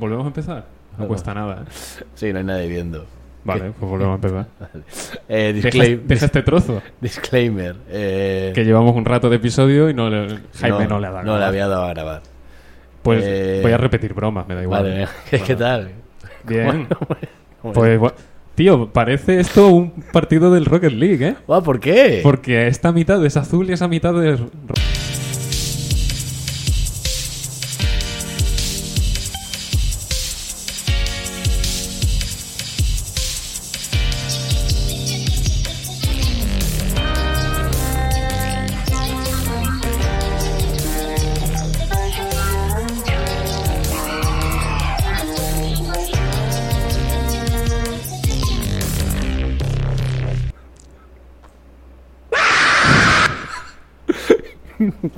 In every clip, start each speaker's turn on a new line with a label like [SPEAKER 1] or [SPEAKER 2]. [SPEAKER 1] ¿Volvemos a empezar? No
[SPEAKER 2] No.
[SPEAKER 1] cuesta nada. ¿eh?
[SPEAKER 2] Sí, no hay nadie viendo.
[SPEAKER 1] Vale, pues volvemos a empezar.
[SPEAKER 2] Eh,
[SPEAKER 1] Deja,
[SPEAKER 2] disclaim-
[SPEAKER 1] deja este trozo,
[SPEAKER 2] disclaimer. eh,
[SPEAKER 1] que llevamos un rato de episodio y no le- Jaime no, le ha dado.
[SPEAKER 2] no
[SPEAKER 1] nada.
[SPEAKER 2] le había dado a grabar.
[SPEAKER 1] Pues
[SPEAKER 2] eh,
[SPEAKER 1] voy a repetir bromas, me da igual.
[SPEAKER 2] Vale, ¿qué, qué tal?
[SPEAKER 1] Bien.
[SPEAKER 2] ¿Cómo
[SPEAKER 1] Pues, gua- tío, parece esto un partido del Rocket League, ¿eh?
[SPEAKER 2] Guau, ¿Por qué?
[SPEAKER 1] Porque esta mitad es azul y esa mitad es... ro-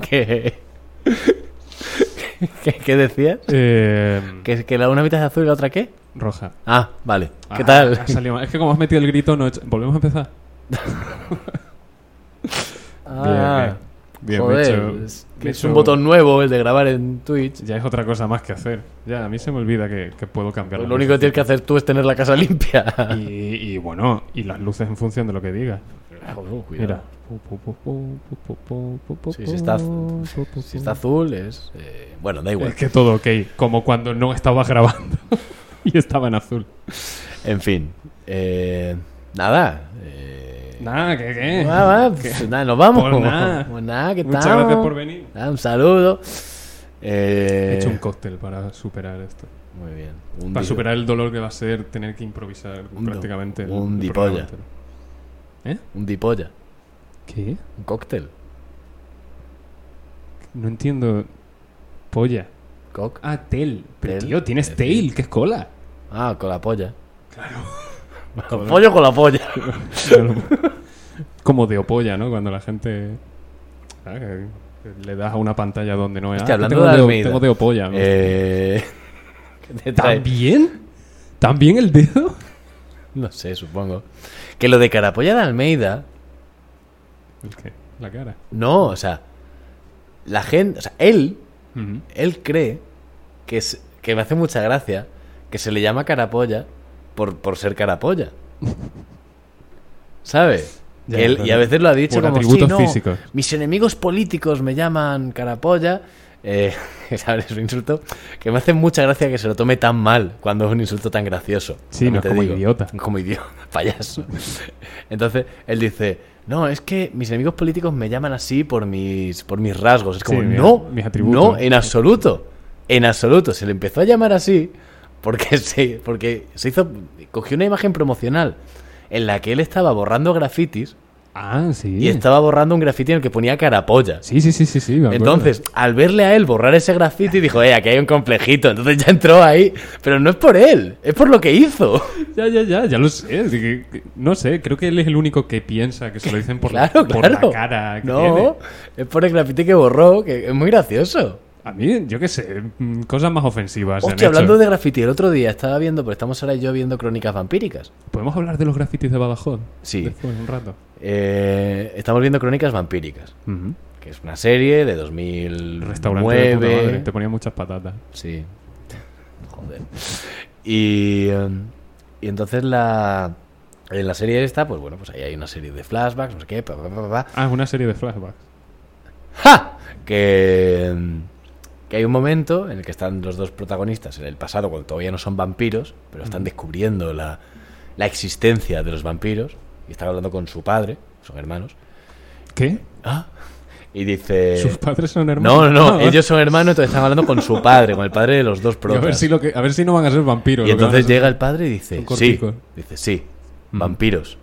[SPEAKER 2] ¿Qué? ¿Qué, qué decías?
[SPEAKER 1] Eh,
[SPEAKER 2] ¿Que, que la una mitad es azul y la otra qué?
[SPEAKER 1] roja.
[SPEAKER 2] Ah, vale. ¿Qué
[SPEAKER 1] Ah,
[SPEAKER 2] tal?
[SPEAKER 1] ha salido mal. es que como has metido el grito, no he hecho- Volvemos a empezar.
[SPEAKER 2] Ah,
[SPEAKER 1] bien, bien. Bien
[SPEAKER 2] joder,
[SPEAKER 1] hecho.
[SPEAKER 2] es,
[SPEAKER 1] Bien
[SPEAKER 2] es un
[SPEAKER 1] hecho.
[SPEAKER 2] botón nuevo el de grabar en Twitch.
[SPEAKER 1] Ya es otra cosa más que hacer. Ya, a mí se me olvida que, que puedo cambiar.
[SPEAKER 2] Pues Lo
[SPEAKER 1] las
[SPEAKER 2] único que
[SPEAKER 1] luces.
[SPEAKER 2] tienes que hacer tú es tener la casa limpia.
[SPEAKER 1] Y, y bueno, y las luces en función de lo que diga.
[SPEAKER 2] Joder, cuidado.
[SPEAKER 1] Mira.
[SPEAKER 2] Sí, si está- Si está azul es... eh, bueno, da igual.
[SPEAKER 1] Es que todo ok, como cuando no estabas grabando y estaba en azul.
[SPEAKER 2] En fin. eh, nada. eh,
[SPEAKER 1] Nada, ¿qué? qué?
[SPEAKER 2] nada, va, pues nada, nos vamos.
[SPEAKER 1] Pues nada.
[SPEAKER 2] Pues nada, ¿qué
[SPEAKER 1] Muchas
[SPEAKER 2] tal?
[SPEAKER 1] gracias por venir.
[SPEAKER 2] Nada, un saludo.
[SPEAKER 1] He
[SPEAKER 2] Eh,
[SPEAKER 1] hecho un cóctel para superar esto.
[SPEAKER 2] Muy bien. Un
[SPEAKER 1] Para
[SPEAKER 2] di-
[SPEAKER 1] superar el dolor que va a ser tener que improvisar
[SPEAKER 2] Un do-
[SPEAKER 1] prácticamente. el-
[SPEAKER 2] un
[SPEAKER 1] el
[SPEAKER 2] dipolla.
[SPEAKER 1] programa entero. ¿Eh?
[SPEAKER 2] Un dipolla.
[SPEAKER 1] ¿Qué?
[SPEAKER 2] Un cóctel.
[SPEAKER 1] No entiendo. Polla.
[SPEAKER 2] Coc.
[SPEAKER 1] Ah, tel. Pero
[SPEAKER 2] Tel.
[SPEAKER 1] tío, tienes tail, que es cola.
[SPEAKER 2] Ah, con la polla. Claro. Con pollo con la polla.
[SPEAKER 1] Como de opolla, ¿no? Cuando la gente. ah, que- que le das a una pantalla donde no es.
[SPEAKER 2] Hostia,
[SPEAKER 1] Ah, que
[SPEAKER 2] hablando
[SPEAKER 1] tengo
[SPEAKER 2] de
[SPEAKER 1] deo-
[SPEAKER 2] Almeida.
[SPEAKER 1] Tengo de opolla. ¿no?
[SPEAKER 2] Eh, ¿qué te trae?
[SPEAKER 1] ¿También? ¿También el dedo?
[SPEAKER 2] No sé, supongo. Que lo de Carapolla de Almeida.
[SPEAKER 1] ¿El qué? La cara.
[SPEAKER 2] No, o sea. La gente. O sea, él
[SPEAKER 1] Ujú.
[SPEAKER 2] él cree que, es, que me hace mucha gracia que se le llama carapolla por, por ser carapolla. ¿Sabes?
[SPEAKER 1] Ya,
[SPEAKER 2] él,
[SPEAKER 1] claro.
[SPEAKER 2] Y a veces lo ha dicho
[SPEAKER 1] Por
[SPEAKER 2] como
[SPEAKER 1] atributos
[SPEAKER 2] "Sí, no,
[SPEAKER 1] físicos".
[SPEAKER 2] mis enemigos políticos me llaman carapolla. Eh, ¿Sabes? Es un insulto que me hace mucha gracia que se lo tome tan mal cuando es un insulto tan gracioso.
[SPEAKER 1] Sí,
[SPEAKER 2] También
[SPEAKER 1] no es
[SPEAKER 2] te
[SPEAKER 1] como idiota.
[SPEAKER 2] Como idiota, payaso. Entonces él dice: No, es que mis enemigos políticos me llaman así por mis, por mis rasgos. Es como,
[SPEAKER 1] Sí, mi-
[SPEAKER 2] no,
[SPEAKER 1] mis atributos".
[SPEAKER 2] no, en absoluto. En absoluto. Se le empezó a llamar así porque se, porque se hizo. Cogió una imagen promocional en la que él estaba borrando grafitis
[SPEAKER 1] Ah, sí.
[SPEAKER 2] y estaba borrando un grafiti en el que ponía carapolla.
[SPEAKER 1] Sí, sí, sí, sí. sí me acuerdo.
[SPEAKER 2] Entonces, al verle a él borrar ese grafiti, dijo, eh, aquí hay un complejito. Entonces ya entró ahí. Pero no es por él, es por lo que hizo.
[SPEAKER 1] Ya, ya, ya, ya lo sé. Es que- que- No sé, creo que él es el único que piensa que se lo dicen por,
[SPEAKER 2] claro,
[SPEAKER 1] la, por
[SPEAKER 2] claro.
[SPEAKER 1] la cara que
[SPEAKER 2] no,
[SPEAKER 1] tiene.
[SPEAKER 2] es por el grafiti que borró, que es muy gracioso.
[SPEAKER 1] A mí, yo qué sé, mm, cosas más ofensivas. Pues se han
[SPEAKER 2] Hostia,
[SPEAKER 1] hecho.
[SPEAKER 2] hablando de grafiti, el otro día estaba viendo, pero estamos ahora yo viendo Crónicas Vampíricas.
[SPEAKER 1] ¿Podemos hablar de los grafitis de Badajoz?
[SPEAKER 2] Sí.
[SPEAKER 1] Después, un rato.
[SPEAKER 2] Eh, estamos viendo Crónicas Vampíricas,
[SPEAKER 1] Ujú.
[SPEAKER 2] que es una serie de
[SPEAKER 1] Restaurante de puta madre,
[SPEAKER 2] 2009.
[SPEAKER 1] Te ponía muchas patatas.
[SPEAKER 2] Sí. Joder. Y, eh, y entonces la, en la serie esta, pues bueno, pues ahí hay una serie de flashbacks, no sé qué, pa, pa, pa, pa.
[SPEAKER 1] Ah, es una serie de flashbacks.
[SPEAKER 2] ¡Ja! Que, mm, que hay un momento en el que están los dos protagonistas en el pasado, cuando todavía no son vampiros, pero están descubriendo la, la existencia de los vampiros, y están hablando con su padre, son hermanos,
[SPEAKER 1] ¿Qué?
[SPEAKER 2] Ah, y dice...
[SPEAKER 1] ¿Sus padres son
[SPEAKER 2] No,
[SPEAKER 1] hermanos?
[SPEAKER 2] no, no,
[SPEAKER 1] Ah,
[SPEAKER 2] ellos son hermanos, entonces están hablando con su padre, con el padre de los dos
[SPEAKER 1] y A ver,
[SPEAKER 2] protas.
[SPEAKER 1] si lo que, a ver si no van a ser vampiros.
[SPEAKER 2] Y
[SPEAKER 1] lo que van a
[SPEAKER 2] entonces
[SPEAKER 1] ser-
[SPEAKER 2] llega el padre y dice,
[SPEAKER 1] Son
[SPEAKER 2] sí,
[SPEAKER 1] corticos. Mm.
[SPEAKER 2] dice, sí, vampiros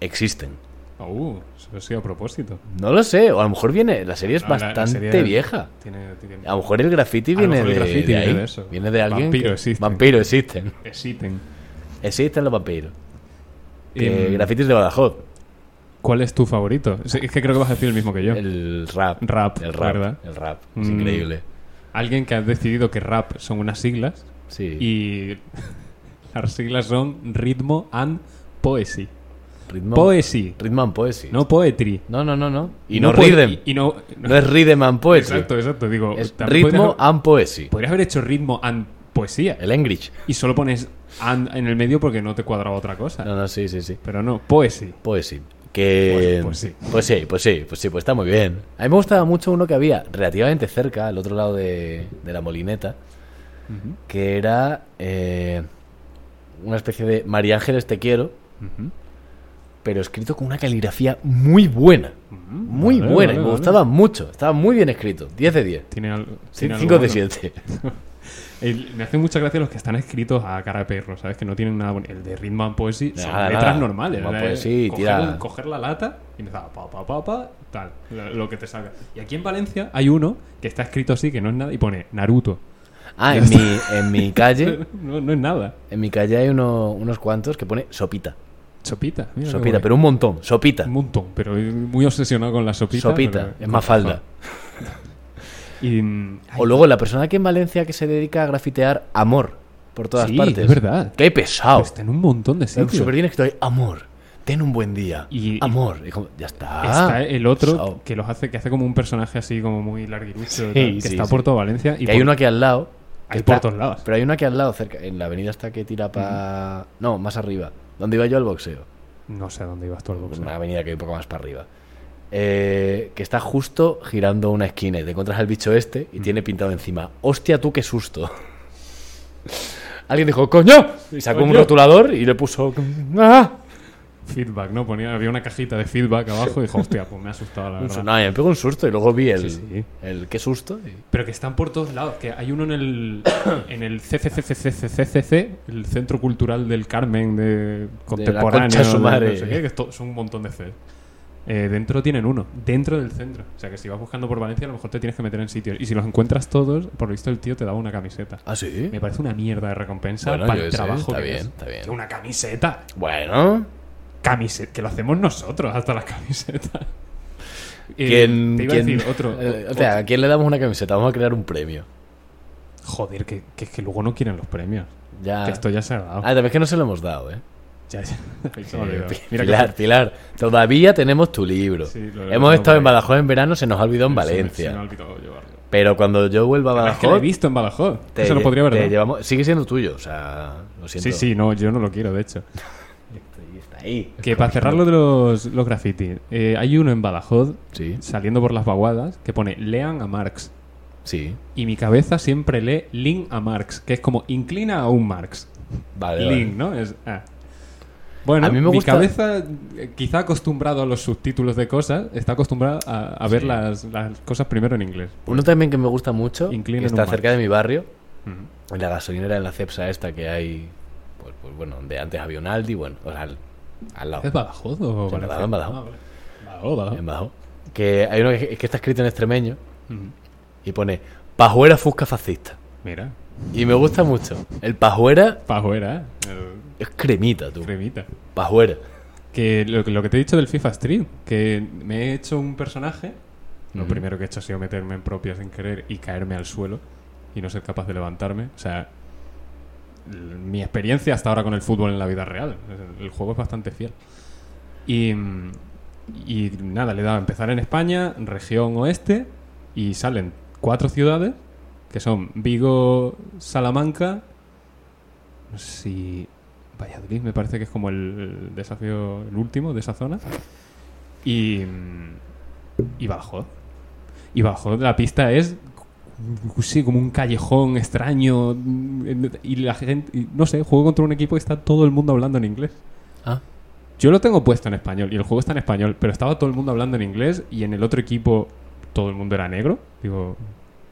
[SPEAKER 2] existen.
[SPEAKER 1] Ah, Uh, eso ha sido a propósito.
[SPEAKER 2] No lo sé, o a lo mejor viene, la serie es
[SPEAKER 1] No, la- la
[SPEAKER 2] bastante
[SPEAKER 1] serie-
[SPEAKER 2] vieja.
[SPEAKER 1] Tiene, tiene-
[SPEAKER 2] A lo mejor el graffiti
[SPEAKER 1] A lo
[SPEAKER 2] viene
[SPEAKER 1] mejor el
[SPEAKER 2] de,
[SPEAKER 1] graffiti
[SPEAKER 2] de
[SPEAKER 1] viene
[SPEAKER 2] ahí.
[SPEAKER 1] de eso.
[SPEAKER 2] Viene de alguien
[SPEAKER 1] Vampiro
[SPEAKER 2] que-
[SPEAKER 1] existen.
[SPEAKER 2] Vampiro existen.
[SPEAKER 1] Existen.
[SPEAKER 2] Existen los vampiros. Que
[SPEAKER 1] Em,
[SPEAKER 2] grafitis de Badajoz.
[SPEAKER 1] ¿Cuál es tu favorito? Sí, es que creo que vas a decir el mismo que yo.
[SPEAKER 2] El rap.
[SPEAKER 1] Rap,
[SPEAKER 2] El rap.
[SPEAKER 1] ¿verdad?
[SPEAKER 2] El rap. Es
[SPEAKER 1] Mm.
[SPEAKER 2] increíble.
[SPEAKER 1] Alguien que ha decidido que rap son unas siglas
[SPEAKER 2] Sí.
[SPEAKER 1] y las siglas son ritmo and poesy.
[SPEAKER 2] Ritmo,
[SPEAKER 1] Poesy,
[SPEAKER 2] Rhythm and poesy.
[SPEAKER 1] no poetry.
[SPEAKER 2] no, no, no. no. Y no,
[SPEAKER 1] poe-
[SPEAKER 2] rhythm.
[SPEAKER 1] Y, y no,
[SPEAKER 2] No es rhythm and poetry.
[SPEAKER 1] Exacto, exacto. Digo,
[SPEAKER 2] Es
[SPEAKER 1] Oh, también
[SPEAKER 2] ritmo
[SPEAKER 1] podrías,
[SPEAKER 2] and poesy.
[SPEAKER 1] podrías haber hecho ritmo and poesía. eh,
[SPEAKER 2] El Engrich.
[SPEAKER 1] Y solo pones and en el medio porque no te cuadraba otra cosa.
[SPEAKER 2] No, no, sí, sí, sí.
[SPEAKER 1] Pero no, poesía.
[SPEAKER 2] Pues sí. Que...
[SPEAKER 1] Bueno, pues sí.
[SPEAKER 2] Pues sí, pues sí, pues sí, pues está muy bien. A mí me gustaba mucho uno que había relativamente cerca, al otro lado de, de la molineta,
[SPEAKER 1] Ujú,
[SPEAKER 2] que era eh, una especie de María Ángeles te quiero,
[SPEAKER 1] ujú,
[SPEAKER 2] pero escrito con una caligrafía muy buena.
[SPEAKER 1] ujú.
[SPEAKER 2] Muy
[SPEAKER 1] Vale,
[SPEAKER 2] buena, y
[SPEAKER 1] vale,
[SPEAKER 2] me
[SPEAKER 1] vale.
[SPEAKER 2] gustaba mucho. Estaba muy bien escrito. 10 de 10.
[SPEAKER 1] Tiene algo. tiene algo
[SPEAKER 2] 5 de
[SPEAKER 1] bueno.
[SPEAKER 2] 7.
[SPEAKER 1] El- me hacen mucha gracia los que están escritos a cara de perro, ¿sabes? Que no tienen nada bonito. El de Rhythm and Poesy son
[SPEAKER 2] Nada,
[SPEAKER 1] letras
[SPEAKER 2] nada.
[SPEAKER 1] normales.
[SPEAKER 2] Rhythm and
[SPEAKER 1] ¿verdad? Eh,
[SPEAKER 2] Poesy,
[SPEAKER 1] coger,
[SPEAKER 2] tira.
[SPEAKER 1] coger la lata y empezar a pa, pa, pa, pa, tal, lo, lo que te salga. Y aquí en Valencia hay uno que está escrito así, que no es nada, y pone Naruto.
[SPEAKER 2] Ah, en mi, en mi calle.
[SPEAKER 1] No, no es nada.
[SPEAKER 2] En mi calle hay uno- unos cuantos que pone sopita.
[SPEAKER 1] Sopita. mira qué
[SPEAKER 2] Sopita,
[SPEAKER 1] guay.
[SPEAKER 2] pero un montón. Sopita.
[SPEAKER 1] Un montón, pero muy obsesionado con la sopita.
[SPEAKER 2] Sopita.
[SPEAKER 1] pero-
[SPEAKER 2] Es más falda.
[SPEAKER 1] Y, mm, ay,
[SPEAKER 2] O luego la persona que en Valencia que se dedica a grafitear amor por todas
[SPEAKER 1] Sí,
[SPEAKER 2] partes.
[SPEAKER 1] es verdad.
[SPEAKER 2] Qué pesado.
[SPEAKER 1] pues está en un montón de
[SPEAKER 2] Es
[SPEAKER 1] sitios.
[SPEAKER 2] Súper bien escrito ahí. Amor. Ten un buen día.
[SPEAKER 1] Y-
[SPEAKER 2] amor. Y como, ya está.
[SPEAKER 1] está el otro
[SPEAKER 2] Pesao.
[SPEAKER 1] que los hace que hace como un personaje así como muy larguirucho
[SPEAKER 2] Sí,
[SPEAKER 1] tal, que
[SPEAKER 2] sí,
[SPEAKER 1] está
[SPEAKER 2] sí.
[SPEAKER 1] por toda Valencia y
[SPEAKER 2] Que hay
[SPEAKER 1] por-
[SPEAKER 2] uno aquí al lado. que
[SPEAKER 1] hay por
[SPEAKER 2] está-
[SPEAKER 1] todos lados
[SPEAKER 2] Pero hay una aquí al lado, cerca, en la avenida hasta que tira para... No, más arriba, donde iba yo al boxeo.
[SPEAKER 1] no sé a dónde ibas tú al boxeo.
[SPEAKER 2] Una avenida que hay un poco más para arriba. Eh, que está justo girando una esquina y te encuentras al bicho este
[SPEAKER 1] Mm.
[SPEAKER 2] y tiene pintado encima. Hostia, tú qué susto. Alguien dijo, coño. Y sacó un
[SPEAKER 1] Coño.
[SPEAKER 2] rotulador y le puso... "Ah".
[SPEAKER 1] feedback no ponía había una cajita de feedback abajo y dijo hostia pues me ha asustado la
[SPEAKER 2] Un su-
[SPEAKER 1] verdad
[SPEAKER 2] No, y me pegó un susto y luego vi el...
[SPEAKER 1] Sí, sí.
[SPEAKER 2] El qué susto. y-
[SPEAKER 1] pero que están por todos lados que hay uno en el en el CCCCCCCC el Centro Cultural del Carmen de contemporáneo
[SPEAKER 2] concha su
[SPEAKER 1] de
[SPEAKER 2] madre.
[SPEAKER 1] no sé qué, que esto- son un montón de C Eh, dentro tienen uno, dentro del centro. O sea que si vas buscando por Valencia, a lo mejor te tienes que meter en sitios. Y si los encuentras todos, por lo visto el tío te daba una camiseta.
[SPEAKER 2] Ah, sí.
[SPEAKER 1] Me parece una mierda de recompensa
[SPEAKER 2] Bueno,
[SPEAKER 1] para
[SPEAKER 2] yo
[SPEAKER 1] el
[SPEAKER 2] qué sé,
[SPEAKER 1] trabajo
[SPEAKER 2] está
[SPEAKER 1] que
[SPEAKER 2] bien,
[SPEAKER 1] es.
[SPEAKER 2] está bien.
[SPEAKER 1] Que Una camiseta.
[SPEAKER 2] Bueno.
[SPEAKER 1] Camiseta. Que lo hacemos nosotros hasta las camisetas. Eh,
[SPEAKER 2] ¿Quién,
[SPEAKER 1] te iba
[SPEAKER 2] quién-
[SPEAKER 1] a decir otro.
[SPEAKER 2] eh,
[SPEAKER 1] o-
[SPEAKER 2] o sea, ¿a quién le damos una camiseta? Vamos a crear un premio.
[SPEAKER 1] otro- Joder, que, que, que luego no quieren los premios.
[SPEAKER 2] Ya.
[SPEAKER 1] Que esto ya se ha dado.
[SPEAKER 2] Ah, también es que no se lo hemos dado, ¿eh.
[SPEAKER 1] Ya, ya. Se me ha olvidado.
[SPEAKER 2] Pi-
[SPEAKER 1] Mira que-
[SPEAKER 2] Pilar, Pilar, todavía tenemos tu libro.
[SPEAKER 1] Sí, lo- lo
[SPEAKER 2] Hemos
[SPEAKER 1] tengo
[SPEAKER 2] estado en
[SPEAKER 1] por ahí.
[SPEAKER 2] Badajoz en verano, se nos ha olvidado en
[SPEAKER 1] se me-
[SPEAKER 2] Valencia.
[SPEAKER 1] se me ha olvidado llevarlo.
[SPEAKER 2] Pero cuando yo vuelva a
[SPEAKER 1] Es que lo he
[SPEAKER 2] Badajoz,
[SPEAKER 1] visto en Badajoz.
[SPEAKER 2] te
[SPEAKER 1] Se lo
[SPEAKER 2] lle-
[SPEAKER 1] podría haber
[SPEAKER 2] te
[SPEAKER 1] dado.
[SPEAKER 2] llevamos- sigue siendo tuyo, o sea, lo siento.
[SPEAKER 1] Sí, sí, no, yo no lo quiero, de hecho.
[SPEAKER 2] Está ahí.
[SPEAKER 1] Que para cerrar lo de los, los grafitis, eh, hay uno en Badajoz,
[SPEAKER 2] Sí,
[SPEAKER 1] saliendo por las vaguadas, que pone lean a Marx.
[SPEAKER 2] sí.
[SPEAKER 1] Y mi cabeza siempre lee Link a Marx, que es como inclina a un Marx.
[SPEAKER 2] Vale. vale.
[SPEAKER 1] Link, ¿no? Es, ah. Bueno,
[SPEAKER 2] A mí me
[SPEAKER 1] mi
[SPEAKER 2] gusta-
[SPEAKER 1] cabeza, eh, quizá acostumbrado a los subtítulos de cosas, está acostumbrada a, a ver
[SPEAKER 2] Sí.
[SPEAKER 1] las, las cosas primero en inglés.
[SPEAKER 2] Uno también que me gusta mucho,
[SPEAKER 1] Inclina
[SPEAKER 2] que
[SPEAKER 1] en
[SPEAKER 2] está
[SPEAKER 1] un
[SPEAKER 2] cerca de mi barrio,
[SPEAKER 1] Ujú.
[SPEAKER 2] en la gasolinera, en la cepsa esta que hay, pues, pues bueno, donde antes había un Aldi, bueno, o sea, al, al lado.
[SPEAKER 1] ¿Es Badajoz o
[SPEAKER 2] En
[SPEAKER 1] Valencia?
[SPEAKER 2] Badajoz, en Badajoz.
[SPEAKER 1] Ah, vale. Badajoz, Badajoz.
[SPEAKER 2] en Badajoz. Que hay uno que, que está escrito en extremeño Em,
[SPEAKER 1] Ujú.
[SPEAKER 2] y pone Pajuera Fusca Fascista.
[SPEAKER 1] Mira,
[SPEAKER 2] Y me gusta mucho. El pajuera
[SPEAKER 1] Pajuera, ¿eh?
[SPEAKER 2] es cremita, tú.
[SPEAKER 1] El cremita.
[SPEAKER 2] Pajuera.
[SPEAKER 1] Que lo, lo que te he dicho del FIFA Street, que me he hecho un personaje. Lo
[SPEAKER 2] Ujú.
[SPEAKER 1] primero que he hecho ha sido meterme en propia sin querer y caerme al suelo y no ser capaz de levantarme. O sea, l- mi experiencia hasta ahora con el fútbol en la vida real. El juego es bastante fiel. Y, mm, y nada, le he dado a empezar en España, región oeste, y salen cuatro ciudades, que son Vigo, Salamanca, no sé si Valladolid me parece que es como el desafío, el último de esa zona, y, mm, y Badajoz. Y Badajoz, la pista es sí, como un callejón extraño, mm, y la gente, y no sé, juego contra un equipo y está todo el mundo hablando en inglés.
[SPEAKER 2] Ah,
[SPEAKER 1] Yo lo tengo puesto en español y el juego está en español, pero estaba todo el mundo hablando en inglés y en el otro equipo todo el mundo era negro. Digo,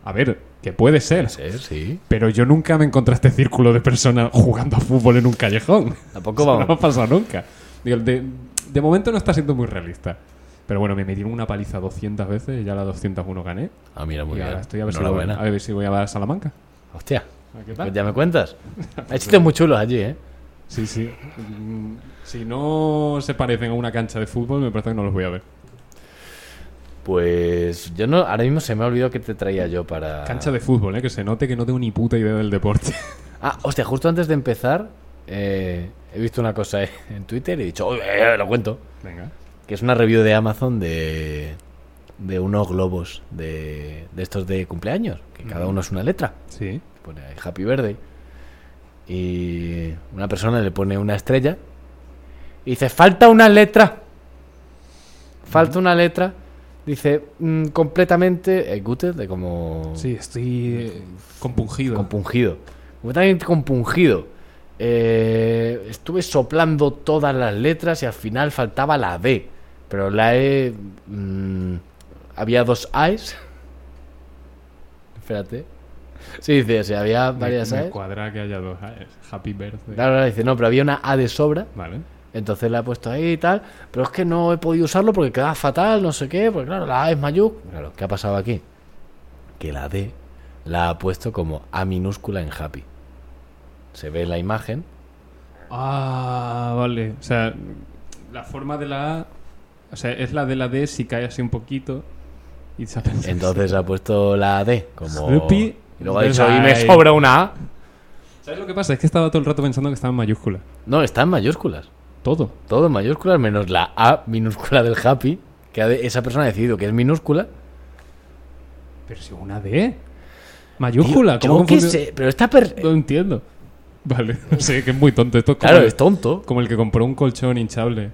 [SPEAKER 1] a ver, que puede ser.
[SPEAKER 2] puede ser, sí.
[SPEAKER 1] Pero yo nunca me encontré este círculo de personas jugando a fútbol en un callejón.
[SPEAKER 2] Tampoco
[SPEAKER 1] Eso No
[SPEAKER 2] vamos.
[SPEAKER 1] ha pasado nunca. Digo, de, de momento no está siendo muy realista. Pero bueno, me metieron una paliza 200 veces y ya la 201 gané.
[SPEAKER 2] Ah, mira, muy
[SPEAKER 1] y
[SPEAKER 2] bien.
[SPEAKER 1] ahora estoy a ver, si voy,
[SPEAKER 2] Enhorabuena.
[SPEAKER 1] a ver si voy a Salamanca.
[SPEAKER 2] Hostia.
[SPEAKER 1] A ver qué tal.
[SPEAKER 2] Pues ya me cuentas. Hay sitios muy chulos allí, ¿eh?
[SPEAKER 1] Sí, sí. Mm, Si no se parecen a una cancha de fútbol, me parece que no los voy a ver.
[SPEAKER 2] Pues yo no, ahora mismo se me ha olvidado que te traía yo para...
[SPEAKER 1] Cancha de fútbol, ¿eh? que se note que no tengo ni puta idea del deporte.
[SPEAKER 2] Ah, hostia, justo antes de empezar eh, he visto una cosa en Twitter y he dicho, "Oye, eh, lo cuento,
[SPEAKER 1] Venga.
[SPEAKER 2] que es una review de Amazon de, de unos globos de, de estos de cumpleaños, que cada uno es una letra.
[SPEAKER 1] Sí.
[SPEAKER 2] Pone ahí Happy Birthday. Y una persona le pone una estrella y dice, falta una letra. Falta una letra. Dice, mm, completamente... eh, Gutter, de como...
[SPEAKER 1] Sí, estoy eh, compungido.
[SPEAKER 2] Compungido. Completamente compungido. Eh, estuve soplando todas las letras y al final faltaba la D. Pero la E. mm, había dos A's. Espérate. Sí, dice, o sea, había
[SPEAKER 1] Me-
[SPEAKER 2] varias E
[SPEAKER 1] me
[SPEAKER 2] A's.
[SPEAKER 1] cuadra que haya dos A's. Happy birthday.
[SPEAKER 2] Claro, ahora dice, no, pero había una A de sobra.
[SPEAKER 1] Vale.
[SPEAKER 2] Entonces la he puesto ahí y tal. Pero es que no he podido usarlo porque queda fatal, no sé qué. Porque claro, la A es mayúscula. Claro, ¿qué ha pasado aquí? Que la D la ha puesto como A minúscula en happy. Se ve en la imagen.
[SPEAKER 1] Ah, vale. O sea, la forma de la A. O sea, es la de la D si cae así un poquito. Y sale así.
[SPEAKER 2] Entonces ha puesto la D como.
[SPEAKER 1] Happy
[SPEAKER 2] y luego ha dicho,
[SPEAKER 1] birthday.
[SPEAKER 2] y me sobra una A.
[SPEAKER 1] ¿Sabes lo que pasa? Es que estaba todo el rato pensando que estaba en mayúscula.
[SPEAKER 2] No, está en mayúsculas.
[SPEAKER 1] Todo.
[SPEAKER 2] Todo en mayúsculas menos la A minúscula del happy. Que ha de- esa persona ha decidido que es minúscula.
[SPEAKER 1] Pero si una D. Mayúscula.
[SPEAKER 2] Tío,
[SPEAKER 1] ¿Cómo
[SPEAKER 2] yo qué
[SPEAKER 1] confundió?
[SPEAKER 2] sé, pero está. per-
[SPEAKER 1] No entiendo. Vale, no sé, que es muy tonto. Esto es como,
[SPEAKER 2] Claro,
[SPEAKER 1] el,
[SPEAKER 2] es tonto.
[SPEAKER 1] como el que compró un colchón hinchable